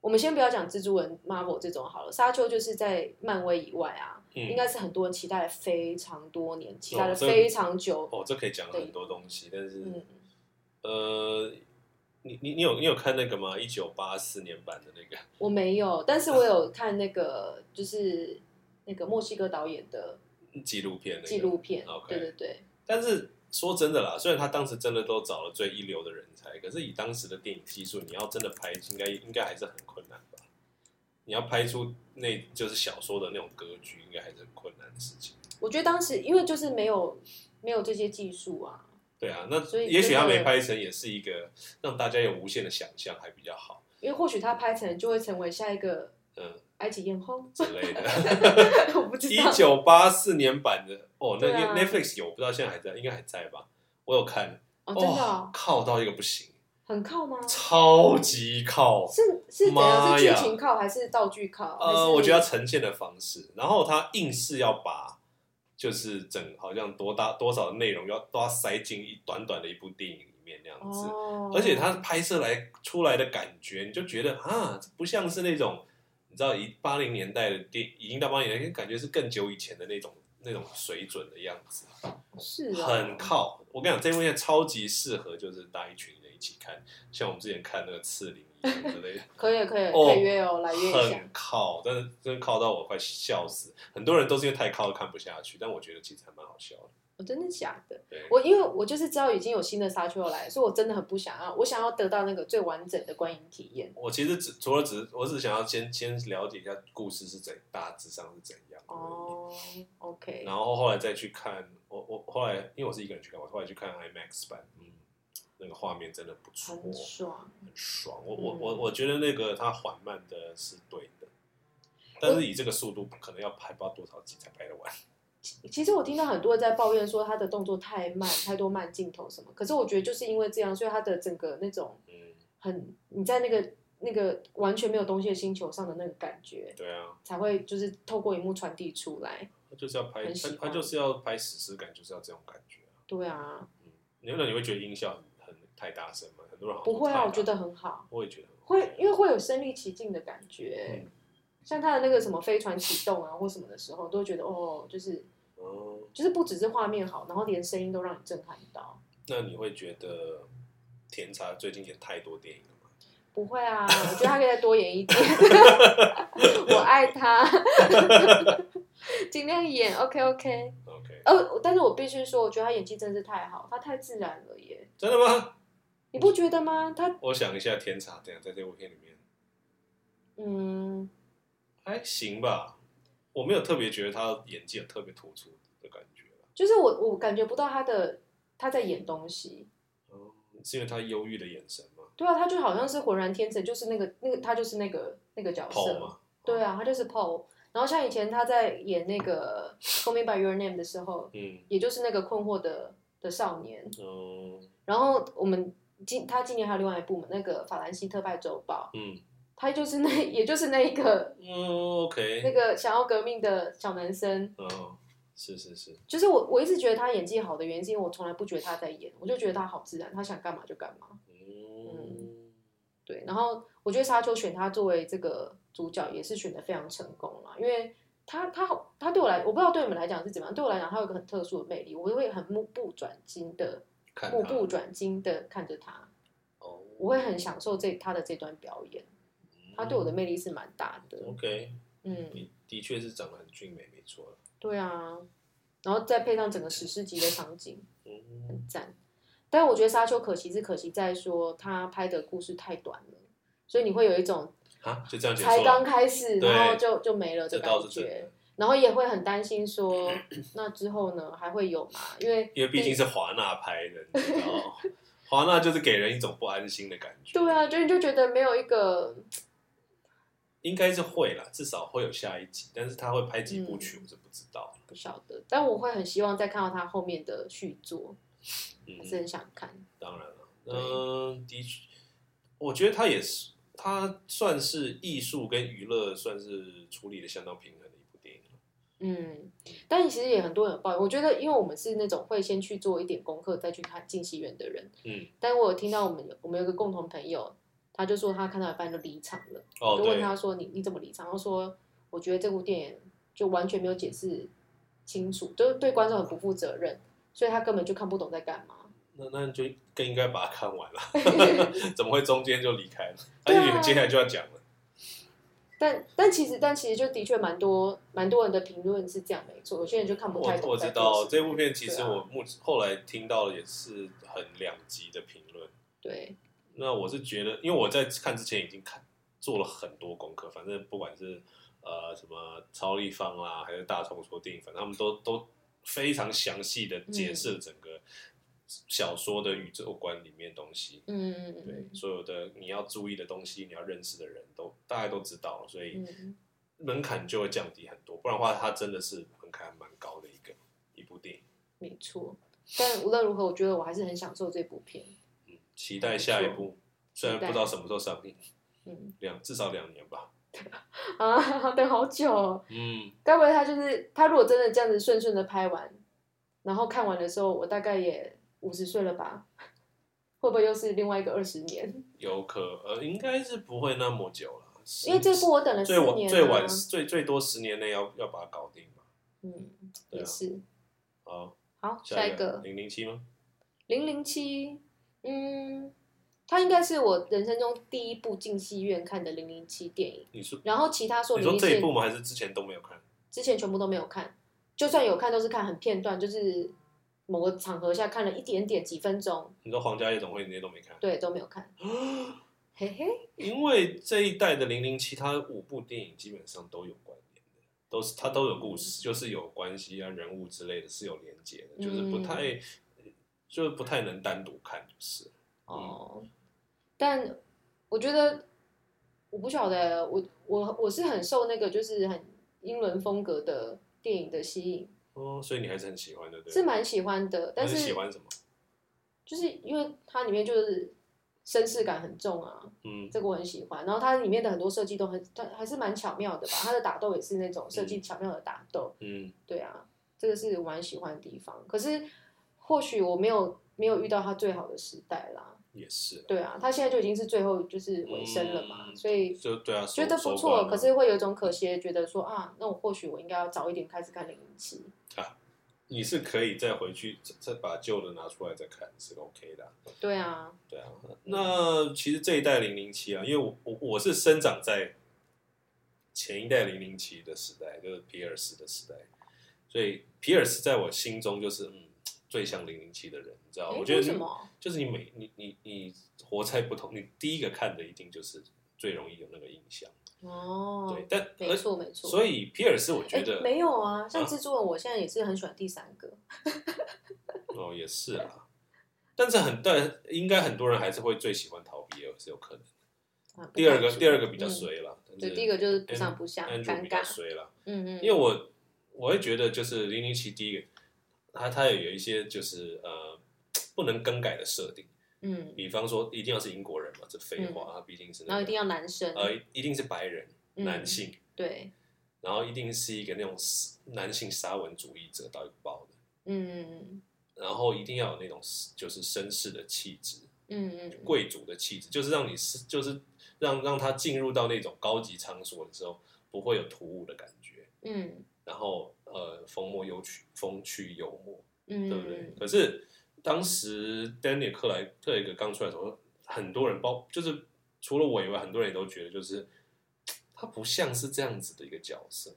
我们先不要讲蜘蛛人、Marvel 这种好了，沙丘就是在漫威以外啊，应
嗯，
该是很多人期待了非常多年，期待了
哦这
非常久。
哦，这可以讲很多东西，但是，
嗯，
呃，你你你有你有看那个吗？一九八四年版的那个，
我没有，但是我有看那个就是那个墨西哥导演的
纪录片那个
纪录片，
OK
对对对，
但是说真的啦，虽然他当时真的都找了最一流的人才，可是以当时的电影技术，你要真的拍，应该应该还是很困难吧？你要拍出那就是小说的那种格局，应该还是很困难的事情。
我觉得当时因为就是没有没有这些技术啊，
对啊，那
所以
也许他
真的
没拍成，也是一个让大家有无限的想象，还比较好，
因为或许他拍成就会成为下一个
嗯
埃及艳后，
之类的。
我不知
一
道。
九八四年版的哦，那
对啊
Netflix 有，不知道现在还在，应该还在吧？我有看，
哦，真的哦，
靠到一个不行，
很靠吗？
超级靠，
是是怎样？
妈
是
呀
剧情靠还是道具靠？还
呃，
是
我觉得他呈现的方式，然后他硬是要把就是整好像多大多少的内容要都要塞进一短短的一部电影里面那样子，
哦，
而且他拍摄来出来的感觉，你就觉得啊，这不像是那种你知道一八零年代的电，已经到八零年代，感觉是更久以前的那种那种水准的样子，
是啊
很靠。我跟你讲，这部片超级适合就是大家一群人一起看，像我们之前看那个《刺陵》一样之类的。
可以可以
哦
可以约 哦，来约一下
很。靠，但是真的靠到我快笑死。很多人都是因为太靠看不下去，但我觉得其实还蛮好笑的。
我哦真的假的？
对，
我因为我就是知道已经有新的沙丘要来，所以我真的很不想要，我想要得到那个最完整的观影体验。
我其实只除了只是我只是想要先先了解一下故事是怎大致上是怎样而已
哦，OK，
然后后来再去看我我后来因为我是一个人去看，我后来去看 IMAX 版，嗯，那个画面真的不错，
很爽。
很爽。我我我
嗯
我觉得那个它缓慢的是对的。但是以这个速度，可能要拍不知道多少集才拍得完。
其实我听到很多人在抱怨说他的动作太慢，太多慢镜头什么。可是我觉得就是因为这样，所以他的整个那种
嗯，
很你在那个那个完全没有东西的星球上的那个感觉，
对啊。
才会就是透过荧幕传递出来。
他就是要拍，
很喜
他
欢
他就是要拍史诗感，就是要这种感觉啊、
对啊，
嗯，你那你会觉得音效很很太大声吗？很多人好像
不会啊，
太大
我觉得很好，
我也觉得很
会因为会有身临其境的感觉。
嗯
像他的那个什么飞船启动啊或什么的时候，都会觉得哦，就是
哦，
就是不只是画面好，然后连声音都让你震撼到。
那你会觉得甜茶最近演太多电影了吗？
不会啊，我觉得他可以再多演一点， 我爱他， 尽量演。OK OK。
OK，
哦，但是我必须说，我觉得他演技真是太好，他太自然了耶，
真的吗？
你不觉得吗？他
我想一下，甜茶怎样在这部片里面
嗯，
还行吧，我没有特别觉得他演技有特别突出的感觉啦
就是我我感觉不到他的他在演东西。
哦，是因为他忧郁的眼神吗？
对啊，他就好像是浑然天成，就是那个那个他就是那个那个角
跑
色。
吗？
对啊，他就是 Paul。然后像以前他在演那个《Call Me by Your Name》的时候，
嗯，
也就是那个困惑的的少年。
哦，
然后我们今他今年还有另外一部嘛，那个《法兰西特派周报》，
嗯，
他就是那也就是那一个
嗯
那
，OK，
个想要革命的小男生。
哦，是是是，
就是我我一直觉得他演技好的原因，是因为我从来不觉得他在演，我就觉得他好自然，他想干嘛就干嘛。
嗯，
对，然后我觉得沙丘选他作为这个主角也是选的非常成功啦，因为他他好他对我来，我不知道对你们来讲是怎么样，对我来讲他有一个很特殊的魅力，我会很目不转睛的
看
目
他，
不转睛的看着他，
哦，
我会很享受这他的这段表演，
嗯
他对我的魅力是蛮大的，
OK，
嗯，
的的确是长得很俊美，没错了。
对啊，然后再配上整个史诗级的场景，
嗯，
很赞。但我觉得《沙丘》可惜是可惜在说他拍的故事太短了，所以你会有一种
啊，就这样结束
才刚
了，
开始，
对
然后就就没了的
这
感
倒是真
觉
的。，
然后也会很担心说，那之后呢还会有吗？因为
因为毕竟是华纳拍的，你知道， 华纳就是给人一种不安心的感觉。
对啊，，就你就觉得没有一个
应该是会啦，至少会有下一集，但是他会拍几部曲，
嗯
我是不知道。
不晓得，但我会很希望再看到他后面的续作，
嗯
还，是很想看。
当然了，
对
嗯，的确，我觉得他也是，他算是艺术跟娱乐算是处理的相当平衡的一部电影了。
嗯，但其实也很多人有抱怨，我觉得因为我们是那种会先去做一点功课再去看进戏院的人，
嗯，
但我有听到我们有我们有一个共同朋友，他就说他看到一半就离场了，
哦，
我就问
对，
他说你你怎么离场？他说我觉得这部电影就完全没有解释清楚，就是对观众很不负责任，所以他根本就看不懂在干嘛。
那那你就更应该把它 看完了， 怎么会中间就离开了？而
对啊
且接下来就要讲了。
但但其实但其实就的确蛮多蛮多人的评论是这样没错，有些人就看不太
我
懂
我
在
知
做
道
什么
这部片，其实
对啊
我目后来听到的也是很两极的评论。
对，
那我是觉得，因为我在看之前已经看做了很多功课，反正不管是呃什么超立方啦，还是大众说电影，反正他们都都非常详细的解释了整个小说的宇宙观里面的东西。
嗯，
对，所有的你要注意的东西，你要认识的人都大概都知道了，所以
嗯
门槛就会降低很多。不然的话，它真的是门槛还蛮高的一个一部电影。
没错。但无论如何，我觉得我还是很享受这部片。
嗯，期待下一部，虽然不知道什么时候上映，
嗯
两至少两年吧。
啊， 等好久、哦。
嗯，
该不会他就是他如果真的这样子顺顺的拍完，然后看完的时候，我大概也五十岁了吧？ 会不会又是另外一个二十年？
有可呃，应该是不会那么久了，十
因为这部我等了四
最晚
年、啊、
最晚最最多十年内要要把它搞定嘛。
嗯，
对啊
也是。
好，
好，
下
下一个
零零七吗？
零零七，嗯，它应该是我人生中第一部进戏院看的零零七电影，
你说
然后其他所
你
有
说
零
这一
零
部
七
吗？还是之前都没有看？
之前全部都没有看，就算有看都是看很片段，就是某个场合下看了一点点几分钟，
你说皇家夜总会那些都没看？
对，都没有 看。嘿嘿。
因为这一代的零零七，它五部电影基本上都有关联的，都是它都有故
嗯
事，就是有关系啊、人物之类的，是有连接的，就是不太，就是不太能单独看，就是。
哦，但我觉得我不晓得，我我我是很受那个就是很英伦风格的电影的吸引，
哦，所以你还是很喜欢的，对吧？
是蛮喜欢的。但
那
是
你喜欢什么？
就是因为它里面就是绅士感很重啊，
嗯
这个我很喜欢。然后它里面的很多设计都很，它还是蛮巧妙的吧。它的打斗也是那种设计巧妙的打斗，
嗯，
对啊，这个是我蛮喜欢的地方。可是或许我没有没有遇到它最好的时代啦。
也是，
对啊，他现在就已经是最后就是尾声了嘛，
嗯
所以
就对啊，
觉得不
收收官
错，
了
可是会有一种可惜，觉得说啊，那我或许我应该要早一点开始看零零七
啊，你是可以再回去再再把旧的拿出来再看是 OK 的啊、
对啊，
对啊，那
嗯
其实这一代零零七啊，因为我我我是生长在前一代零零七的时代，就是皮尔斯的时代，所以皮尔斯在我心中就是嗯最像零零七的人，你知道吗？
诶
啊我觉得
为什
你
么？
就是你每你你你活在不同，你第一个看的一定就是最容易有那个印象，
哦
对，，但
没
而
错没错。
所以皮尔斯我
哎
觉得、
没有啊，像
啊
蜘蛛人，我现在也是很喜欢第三个。
哦，也是啦。但是很，但应该很多人还是会最喜欢逃避，也是有可能。
啊
第二个，第二个比较、
不太
衰了，
嗯对，第一个就是不上
上
不下，
Andrew
尴
比较
尬。
衰了，
嗯嗯，
因为我我会觉得就是零零七第一个，它它有有一些就是呃不能更改的设定，
嗯，
比方说一定要是英国人嘛，这废话，他毕竟是
然
那
后
个
一定要男生，
呃一定是白人
嗯
男性，
对，
然后一定是一个那种男性沙文主义者到一个爆的，
嗯
然后一定要有那种就是绅士的气质，
嗯嗯嗯，
贵族的气质，就是让你是就是让让他进入到那种高级场所的时候不会有突兀的感觉，
嗯
然后呃风默幽趣，风趣幽默，
嗯，
对不对？可是当时丹尼尔克莱克雷格刚出来的时候，很多人包就是除了我以外，很多人也都觉得就是他不像是这样子的一个角色，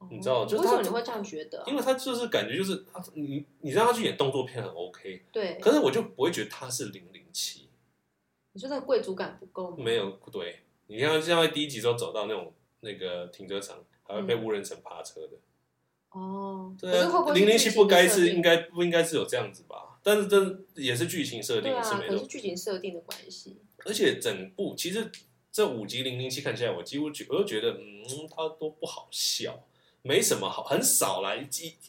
哦
你知道就是
为什么
他
你会这样觉得啊？
因为他就是感觉就是他你你让他去演动作片很 OK，
对，
可是我就不会觉得他是零零七。
你说那贵族感不够吗？
没，有不对，你看像在第一集之后走到那种那个停车场，还会被无人城爬车的。
哦，可
对
是会不
啊，
会
零零七不该是应
该
该不应该是有这样子吧？但是这也是剧情设定
对啊？
是没
可是
错，
剧情设定的关系，
而且整部其实这五集零零七看下来，我几乎觉我就觉得嗯，它都不好笑。没什么好，很少啦，一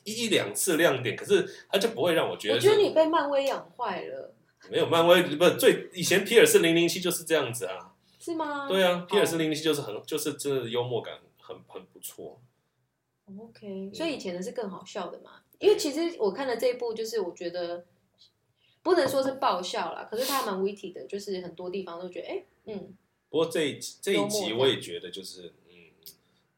一一两次亮点，可是它就不会让我觉
我
得
觉
是
得你被漫威养坏了，
没有漫威不是最以前皮尔斯零零七就是这样子啊，
是吗？
对啊，皮尔斯零零七就是很就是真的幽默感很很不错，
OK，所以以前的是更好笑的嘛？因为其实我看了这一部，就是我觉得不能说是爆笑啦，可是它还蛮 witty 的，就是很多地方都觉得，哎、嗯，
不过这一集这一
幽默
集
感
我也觉得就是，嗯，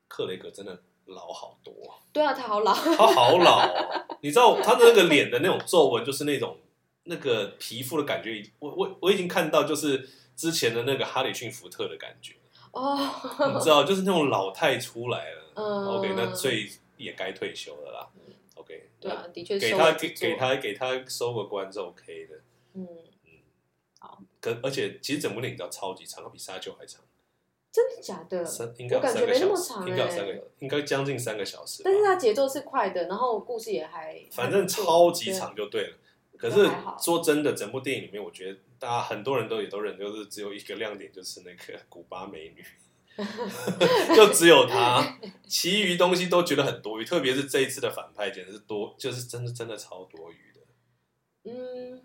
克雷格真的老好多，
对啊，他好老，
他好老、哦，你知道他的那个脸的那种皱纹，就是那种那个皮肤的感觉，我我我已经看到就是之前的那个哈里逊福特的感觉，
哦，
你知道，就是那种老太出来了。
嗯
OK，那所以也该退休了啦。OK，
对啊，的确
那给
收
他
尾
给
之作
给，他给他收个官是 OK 的。
嗯，
可而且其实整部电影你知道超级长，它比沙丘还长。
真的假的？
三应该有
我感觉
三个
没那么
小时
长，
应该有
欸
三个小，应该将近三个小时吧。
但是它节奏是快的，然后故事也还，
反正
还不错
超级，长就对了。可
那
是
还好
说真的，整部电影里面，我觉得大家很多人都也都认，就是只有一个亮点，就是那个古巴美 女，就只有她，其余东西都觉得很多余。特别是这一次的反派，简直是多，就是真的真的超多余的，
对嗯，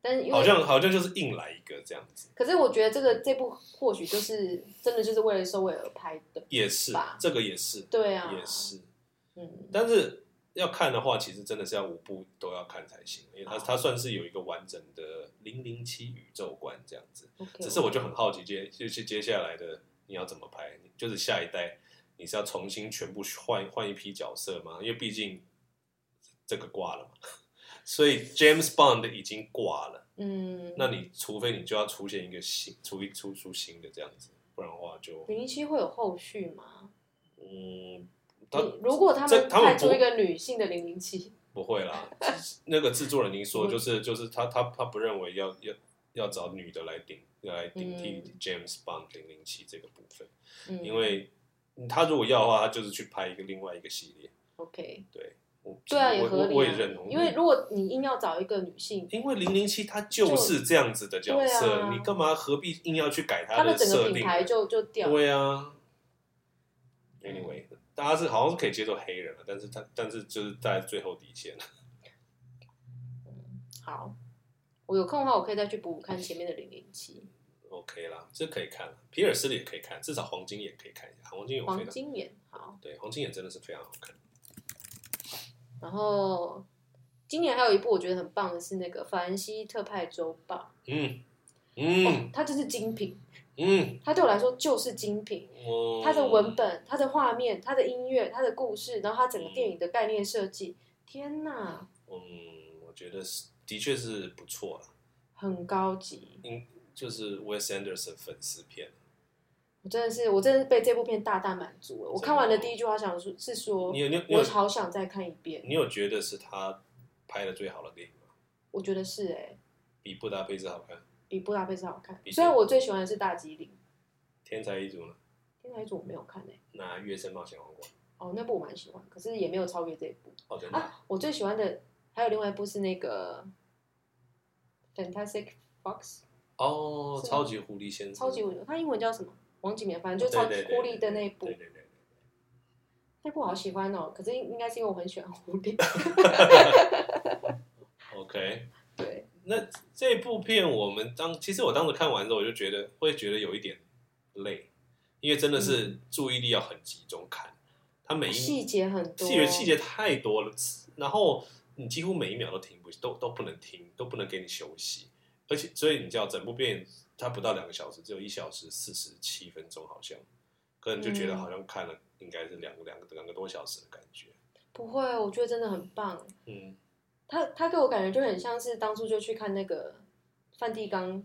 但是因为
好像好像就是硬来一个这样子。
可是我觉得这个这部或许就是真的就是为了收尾而拍的，
也是
吧，
这个也是，
对啊，
也是。
嗯，
但是要看的话，其实真的是要五部都要看才行，因为
好
它它算是有一个完整的零零七宇宙观这样子。
OK，
只是我就很好奇接就是接下来的你要怎么拍，你就是下一代你是要重新全部换换一批角色吗？因为毕竟这个挂了嘛， 所以 James Bond 已经挂了，
嗯，
那你除非你就要出现一个新出一出出新的这样子，不然的话就
零零七会有后续吗？
嗯，他
你如果他
这
们
他们
派出
不
一个女性的零零七，
不会 啦，那个制作人已经
嗯
说，就是就是他他他不认为要要要找女的来顶来顶替
嗯
James Bond 零零七这个部分，
嗯，
因为他如果要的话，他就是去拍一个另外一个系列。
OK，
对，我
对啊，也
我
合
我
理、啊，
我也认同，
因为如果你硬要找一个女性，
因为零零七它就是这样子的角
就
色，
对啊
你干嘛何必硬要去改
她
的
整个
设
品
定？
牌就就掉了。
对啊。Anyway，大家是好像是可以接受黑人了，但是他但是就是在最后底线。
好，我有空的话，我可以再去补补看前面的零零七
OK 啦，这可以看啦，皮尔斯的也可以看，至少黄金眼可以看一下。黄金眼我非
黄
常
金眼。好，
对，黄金眼真的是非常好看。
然后今年还有一部我觉得很棒的是那个《法兰西特派周报
嗯》，
哦
嗯，
它就是精品，
嗯，
它对我来说就是精品。
我
它的文本、它的画面、它的音乐、它的故事，然后它整个电影的概念设计，天哪，
嗯，我觉得是的确是不错啦，
很高级！
应就是 Wes Anderson 粉丝片，
我真的是，我真的是被这部片大大满足了。我看完的第一句话想说，是说
你有你有你
我
有
好想再看一遍。
你有觉得是他拍的最好的电影吗？
我觉得是哎、
比布达佩斯好看，《
比布达佩斯好看
比。
虽然我最喜欢的是大吉岭，
天才一族》呢？
天才一族我没有看哎、
那《月升冒险王国》
哦，那部我蛮喜欢，可是也没有超越这一部
哦，真的啊，
啊。我最喜欢的还有另外一部是那个《Fantastic Fox
哦，
是吗
超级狐狸先生，》，
超级
狐
我它英文叫什么？王景棉，反正就超级狐狸的那一部
对，对对对，
那部我好喜欢哦。可是应应该是因为我很喜欢狐 狸。
对 OK。
对，
那这部片我们当其实我当时看完之后，我就觉得会觉得有一点累，因为真的是注意力要很集中看，它每一
嗯 细节很多，
细节细节太多了，然后你几乎每一秒都停不都都不能停，都不能给你休息，而且所以你知道整部片它不到两个小时，只有一小时四十七分钟，好像可能就觉得
嗯
好像看了应该是两个两个两个多小时的感觉，
不会，我觉得真的很棒。
嗯，
他他给我感觉就很像是当初就去看那个梵蒂冈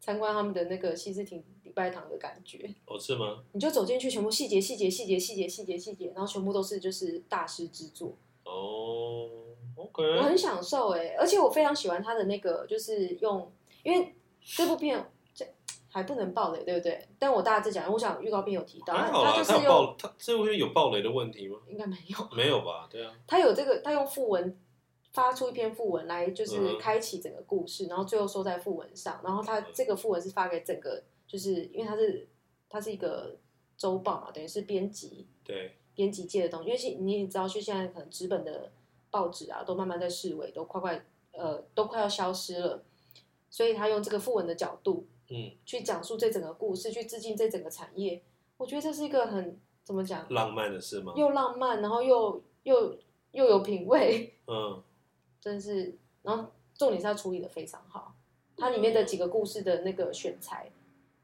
参观他们的那个西斯廷礼拜堂的感觉。
哦是吗？
你就走进去，全部细节细节细节细节细节细节，然后全部都是就是大师之作，
哦
我
，OK，
很享受哎、而且我非常喜欢他的那个，就是用因为这部片这还不能爆雷，对不对？但我大致讲，我想预告片有提到，
还好啦，
就
它
是
有
用
爆，它这部片有爆雷的问题吗？
应该没有，
没有吧？对啊，
他有这个，他用副文发出一篇副文来，就
嗯
是
哼
开启整个故事，然后最后收在副文上。然后他这个副文是发给整个，就是因为他是他是一个周报嘛，等于是编辑
对，
编辑界的东西。因为现你也知道，就现在可能纸本的报纸啊，都慢慢在式微，都快快呃都快要消失了。所以他用这个副文的角度
嗯，
去讲述这整个故事，去致敬这整个产业。我觉得这是一个很怎么讲，
浪漫的事吗？
又浪漫，然后又又又有品味。
嗯，
真是，然后重点是他处理的非常好，它里面的几个故事的那个选材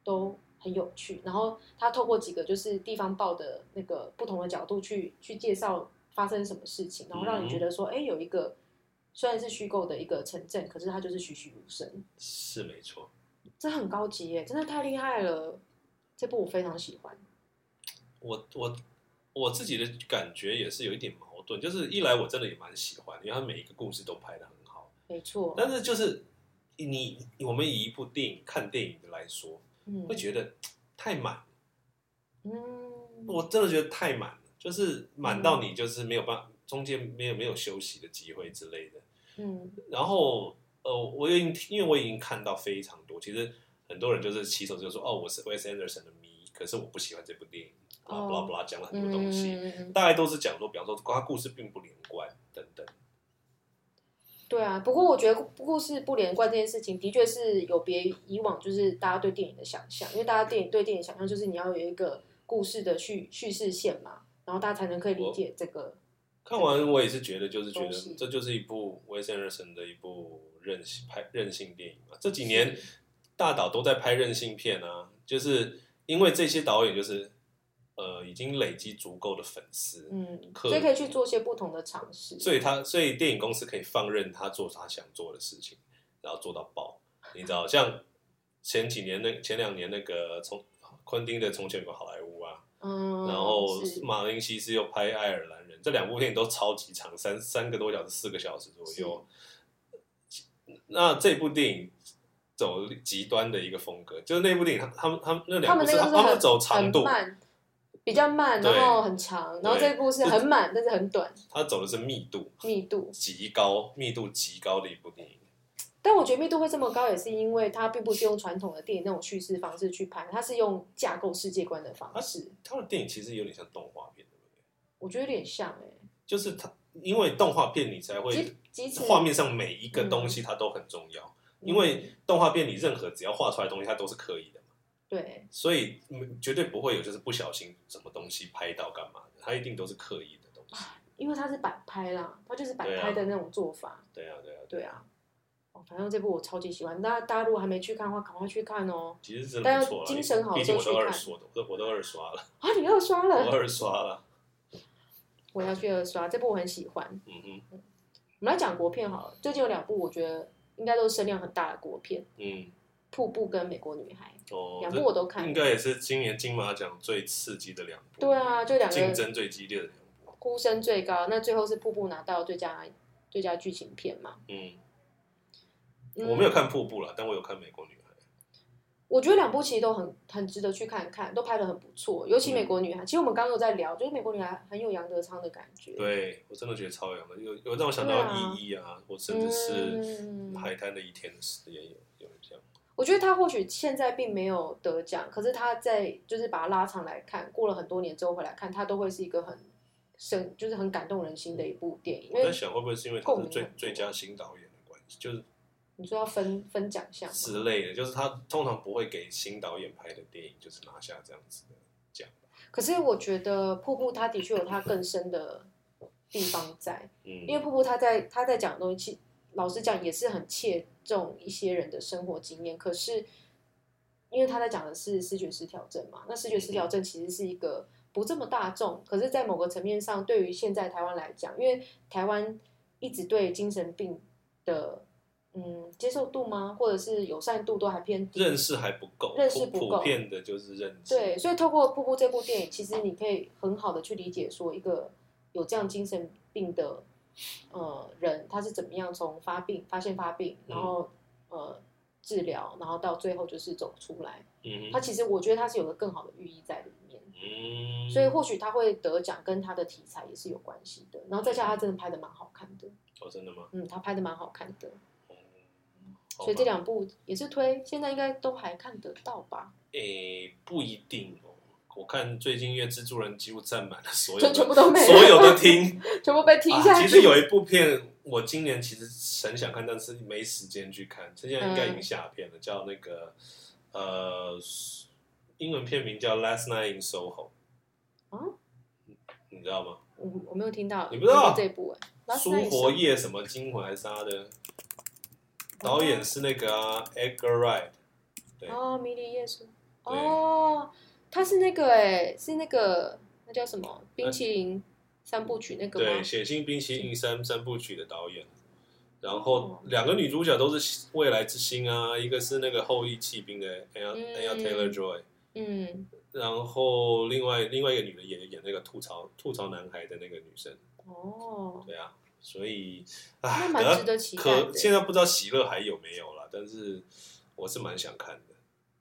都很有趣，然后他透过几个就是地方报的那个不同的角度去去介绍发生什么事情，然后让你
嗯
觉得说，哎、有一个虽然是虚构的一个城镇，可是它就是栩栩如生，
是没错。
这很高级耶，真的太厉害了，这部我非常喜欢，
我我我自己的感觉也是有一点矛盾，就是一来我真的也蛮喜欢，因为他每一个故事都拍的很好，
没错，
但是就是你我们以一部电影看电影的来说，
嗯
会觉得太满，
嗯，
我真的觉得太满了，就是满到你就是没有办法，中间没有没有休息的机会之类的。
嗯，
然后呃，我已经因为我已经看到非常多，其实很多人就是起手就说哦，我是 Wes Anderson 的迷，可是我不喜欢这部电影，啊
哦
blah blah 讲了很
嗯
多东西。
嗯嗯 嗯
大概都是讲说，比方说它故事并不连贯等等。
对啊，不过我觉得故事不连贯这件事情，的确是有别于以往，就是大家对电影的想象，因为大家电影对电影想象就是你要有一个故事的叙叙事线嘛，然后大家才能可以理解这个。
看完我也是觉得，就是觉
东
得
西
这就是一部 Wes Anderson 的一部任性拍任性电影嘛。这几年大导都在拍任性片啊，就是因为这些导演就是呃已经累积足够的粉丝，
嗯，
可
所以可以去做些不同的尝试。
所以他所以电影公司可以放任他做他想做的事情，然后做到爆。你知道，像前几年那前两年那个从昆汀的《从前有个好莱坞》啊，
嗯，
然后
是
马林西斯又拍《爱尔兰人》，这两部电影都超级长，三三个多小时、四个小时左右。那这部电影走极端的一个风格，就是那部电影，他他们他们那
他
两部
们那
是
个
他
是
他们
很
走长度
很，慢，比较慢，
对
然后很长，然后
对
这一部是很满，但是很短，
他走的是密度
密度。
极高、密度极高的一部电影。
但我觉得密度会这么高，也是因为它并不是用传统的电影那种叙事方式去拍，它是用架构世界观的方
它
式。
他的电影其实有点像动画片，对不对？
我觉得有点像哎、
就是他因为动画片你才会
即即使
画面上每一个东西它都很重要，
嗯
因为动画片你任何只要画出来的东西它都是刻意的。
对，
所以嗯绝对不会有就是不小心什么东西拍到干嘛的，他一定都是刻意的东 西。
因为它是摆拍啦，它就是摆
对啊
拍的那种做法。
对啊，对啊，
对啊，哦，反正这部我超级喜欢，大家大家如果还没去看的话，赶快去看哦！
啊其实真的不错啦
但精神好
毕竟我
就
都
去看
二刷的，我都我都二刷了，
啊，你又刷
我
了，
二刷了。
我要去二刷，这部我很喜欢。
嗯哼，
我们来讲国片好了，最近有两部我觉得应该都是声量很大的国片，《
嗯，
瀑布》跟《美国女孩》，
哦，
两部我
这
都看
应。该也是今年金马奖最刺激的两部，
对，啊，就两
竞
个
争最激烈的两部，
呼声最高，那最后是《瀑布》拿到最佳最佳剧情片嘛？
嗯，
嗯
我没有看瀑布啦，但我有看美国女孩，
我觉得两部其实都很很值得去看看，都拍的很不错，尤其《美国女孩》。其实我们刚刚有在聊，就是《美国女孩》很有杨德昌的感觉。
对我真的觉得超有的，有有让我想
对啊
到一一啊，或甚至是
嗯
海滩的一天的事也有有这样，
我觉得他或许现在并没有得奖，可是他在就是把它拉长来看，过了很多年之后回来看，他都会是一个很深，就是很感动人心的一部电影。因
我在
为
想会不会是因为他
共
是
鸣
最
很多
最佳新导演的关系，就是
你说要分分奖项嘛，
之类的，就是他通常不会给新导演拍的电影就是拿下这样子的奖，
可是我觉得《瀑布》它的确有它更深的地方在，
嗯，
因为《瀑布》它在它在讲的东西，其老实讲也是很切中一些人的生活经验，可是因为他在讲的是视觉失调症嘛，那视觉失调症其实是一个不这么大众，可是，在某个层面上，对于现在台湾来讲，因为台湾一直对精神病的嗯接受度吗，或者是友善度都还偏低，
认识还不够，
认识
普
不够
普遍的就是认知，
对，所以透过《瀑布》这部电影，其实你可以很好的去理解说，一个有这样精神病的呃人，他是怎么样从发病发现发病，
嗯
然后、呃治疗，然后到最后就是走出来。
嗯
他
哼，
其实我觉得他是有个更好的寓意在里面，
嗯，
所以或许他会得奖，跟他的题材也是有关系的。然后再加上他真的拍的蛮好看的，
哦，真的吗？
嗯，他拍的蛮好看的，
哦好吧
所以这两部也是推，现在应该都还看得到吧？
诶、不一定哦。我看最近因为蜘蛛人几乎占满了所有
全
的
全部都没了，
所有的厅，
全部被踢下去。
啊。其实有一部片我今年其实很想看，但是没时间去看。现在应该已经下片了，叫那个呃，英文片名叫《Last Night in Soho》。
啊
你，你知道吗？
我我没有听到，
你不知道
有这一部哎、
苏活夜什么惊魂还是啥的，导演是那个、啊、Edgar Wright。对
哦，迷离夜宿
欸对
哦，他是那个哎、是那个那叫什么冰淇淋三部曲那个
呃对，
吗？
《血腥冰淇淋三三部曲》的导演，然
哦
后两个女主角都是未来之星啊，一个是那个后裔弃兵的 Anya、
嗯
Anya Taylor Joy，
嗯，
然后另外另外一个女的也演那个吐槽吐槽男孩的那个女生，
哦，
对啊，所以
那
啊，
蛮值得期待的
可现在不知道喜乐还有没有啦，但是我是蛮想看的，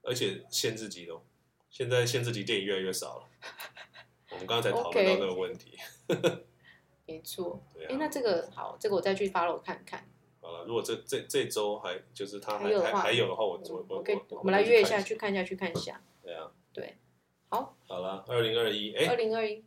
而且限制级的哦，现在限制级电影越来越少了。我们刚才讨论到
OK
这个问题
没错。
对
哎、
啊。
那这个好，这个我再去 follow 看看。
好了，如果这这这周还就是他还
还有的
还
话
还有的话，我我
我
我
可以，
我
我们来约一
看
下，去看一下，去看一下。
对啊，
对，好，
好了，二零二一，
二
哎，
零二一，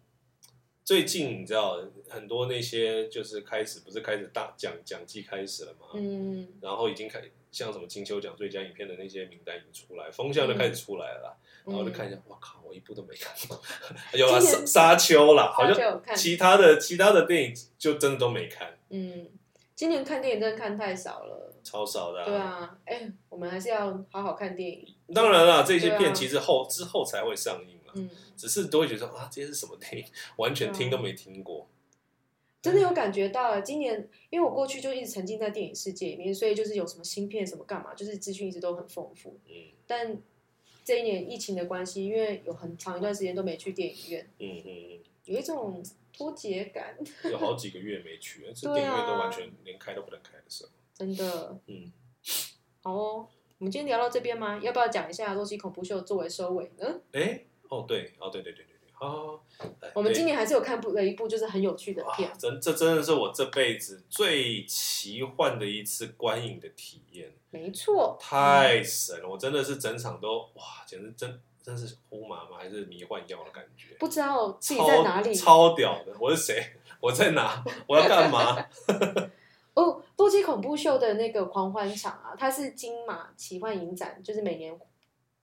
最近你知道很多那些就是开始不是开始大奖奖季开始了嘛，
嗯，
然后已经开像什么金球奖最佳影片的那些名单已经出来，风向就
嗯
开始出来了啦，然后我就看一下，哇靠，我一部都没看到， 有啦，
今年
沙沙丘啦，好
大家
像
有看，
其他的其他的电影就真的都没看，
嗯，今年看电影真的看太少了。
超少的、
对啊，哎、我们还是要好好看电影。
当然啦，这些
对啊
片其实后、之后才会上映啦。
嗯，
只是都会觉得啊，这些是什么电影，完全听都没听过。
真的有感觉到，今年因为我过去就一直沉浸在电影世界里面，所以就是有什么新片什么干嘛，就是资讯一直都很丰富。
嗯
但这一年疫情的关系，因为有很长一段时间都没去电影院，
嗯嗯
有一种脱节感，
嗯，有好几个月没去，这
对啊
电影院都完全连开都不能开的时候。
真的。
嗯，
好哦，我们今天聊到这边吗？要不要讲一下《洛基恐怖秀》作为收尾呢？
哎，哦对，哦对对对对对，好好，好哎
我们
对
今年还是有看部了呃一部就是很有趣的
哇
片，
真这真的是我这辈子最奇幻的一次观影的体验，
没错，
太神了！我真的是整场都哇，简直真真是呼麻吗？还是迷幻药的感觉？
不知道自己
超
在哪里。
超屌的！我是谁？我在哪？我要 干嘛？
哦，《洛基恐怖秀》的那个狂欢场啊，它是金马奇幻影展，就是每年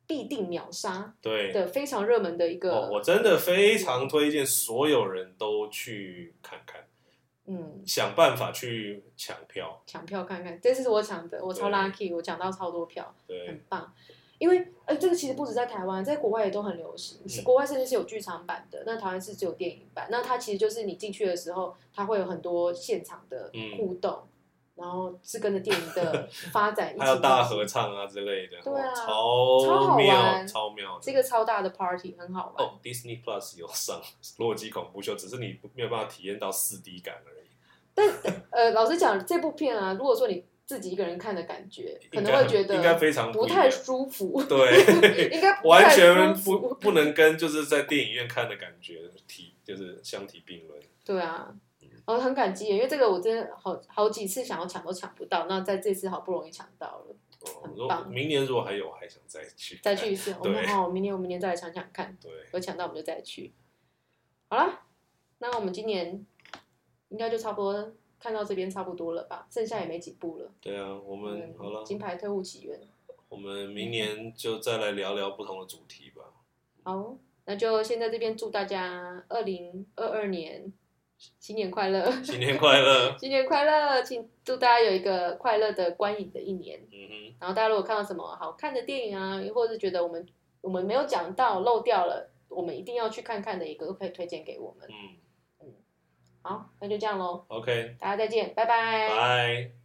必定秒杀
对，
的非常热门的一个，
哦，我真的非常推荐所有人都去看看，
嗯，
想办法去抢票。
抢票看看，这次是我抢的，我超
对
lucky，我抢到超多票，
对
很，棒。因为呃，这个其实不止在台湾，在国外也都很流行。是
嗯
国外甚至是有剧场版的，那台湾是只有电影版。那它其实就是你进去的时候，它会有很多现场的
嗯
互动，然后是跟着电影的发展一起。
还有大合，唱啊之类的，
对啊
哇
超好
超
玩
妙，超妙。
这个超大的 party 很好玩。
哦，Disney Plus 有上《洛基恐怖秀》，只是你不没有办法体验到四 D 感而已。
呃，老实讲，这部片啊，如果说你自己一个人看的感觉，可
应
能
该
会觉
应该
得
非常
不
一
太
样
舒 服，
对，
应该不
完
太
全
舒服
不不能跟就是在电影院看的感觉提就是相提并论。
对啊，
嗯
我、很感激耶，因为这个我真的好好几次想要抢都抢不到，那在这次好不容易抢到了，
哦，
很
如果
棒
明年如果还有，我还想再去
再
看
去一 次。我
对
们好，明年我们明年再来抢抢看，
对，
有抢到我们就再去。好啦，那我们今年应该就差不多看到这边差不多了吧，剩下也没几部了。嗯
对啊，我们好了，
金牌特务起源。
我们明年就再来聊聊不同的主题吧。
好，那就先在这边祝大家二零二二年新年快乐，！
新年快乐
新年快乐，请祝大家有一个快乐的观影的一年。
嗯
然后大家如果看到什么好看的电影啊，或者是觉得我们我们没有讲到漏掉了，我们一定要去看看的一个，都可以推荐给我们
哼，。嗯
好，那就这样喽，
，OK，
大家再见，拜拜
拜。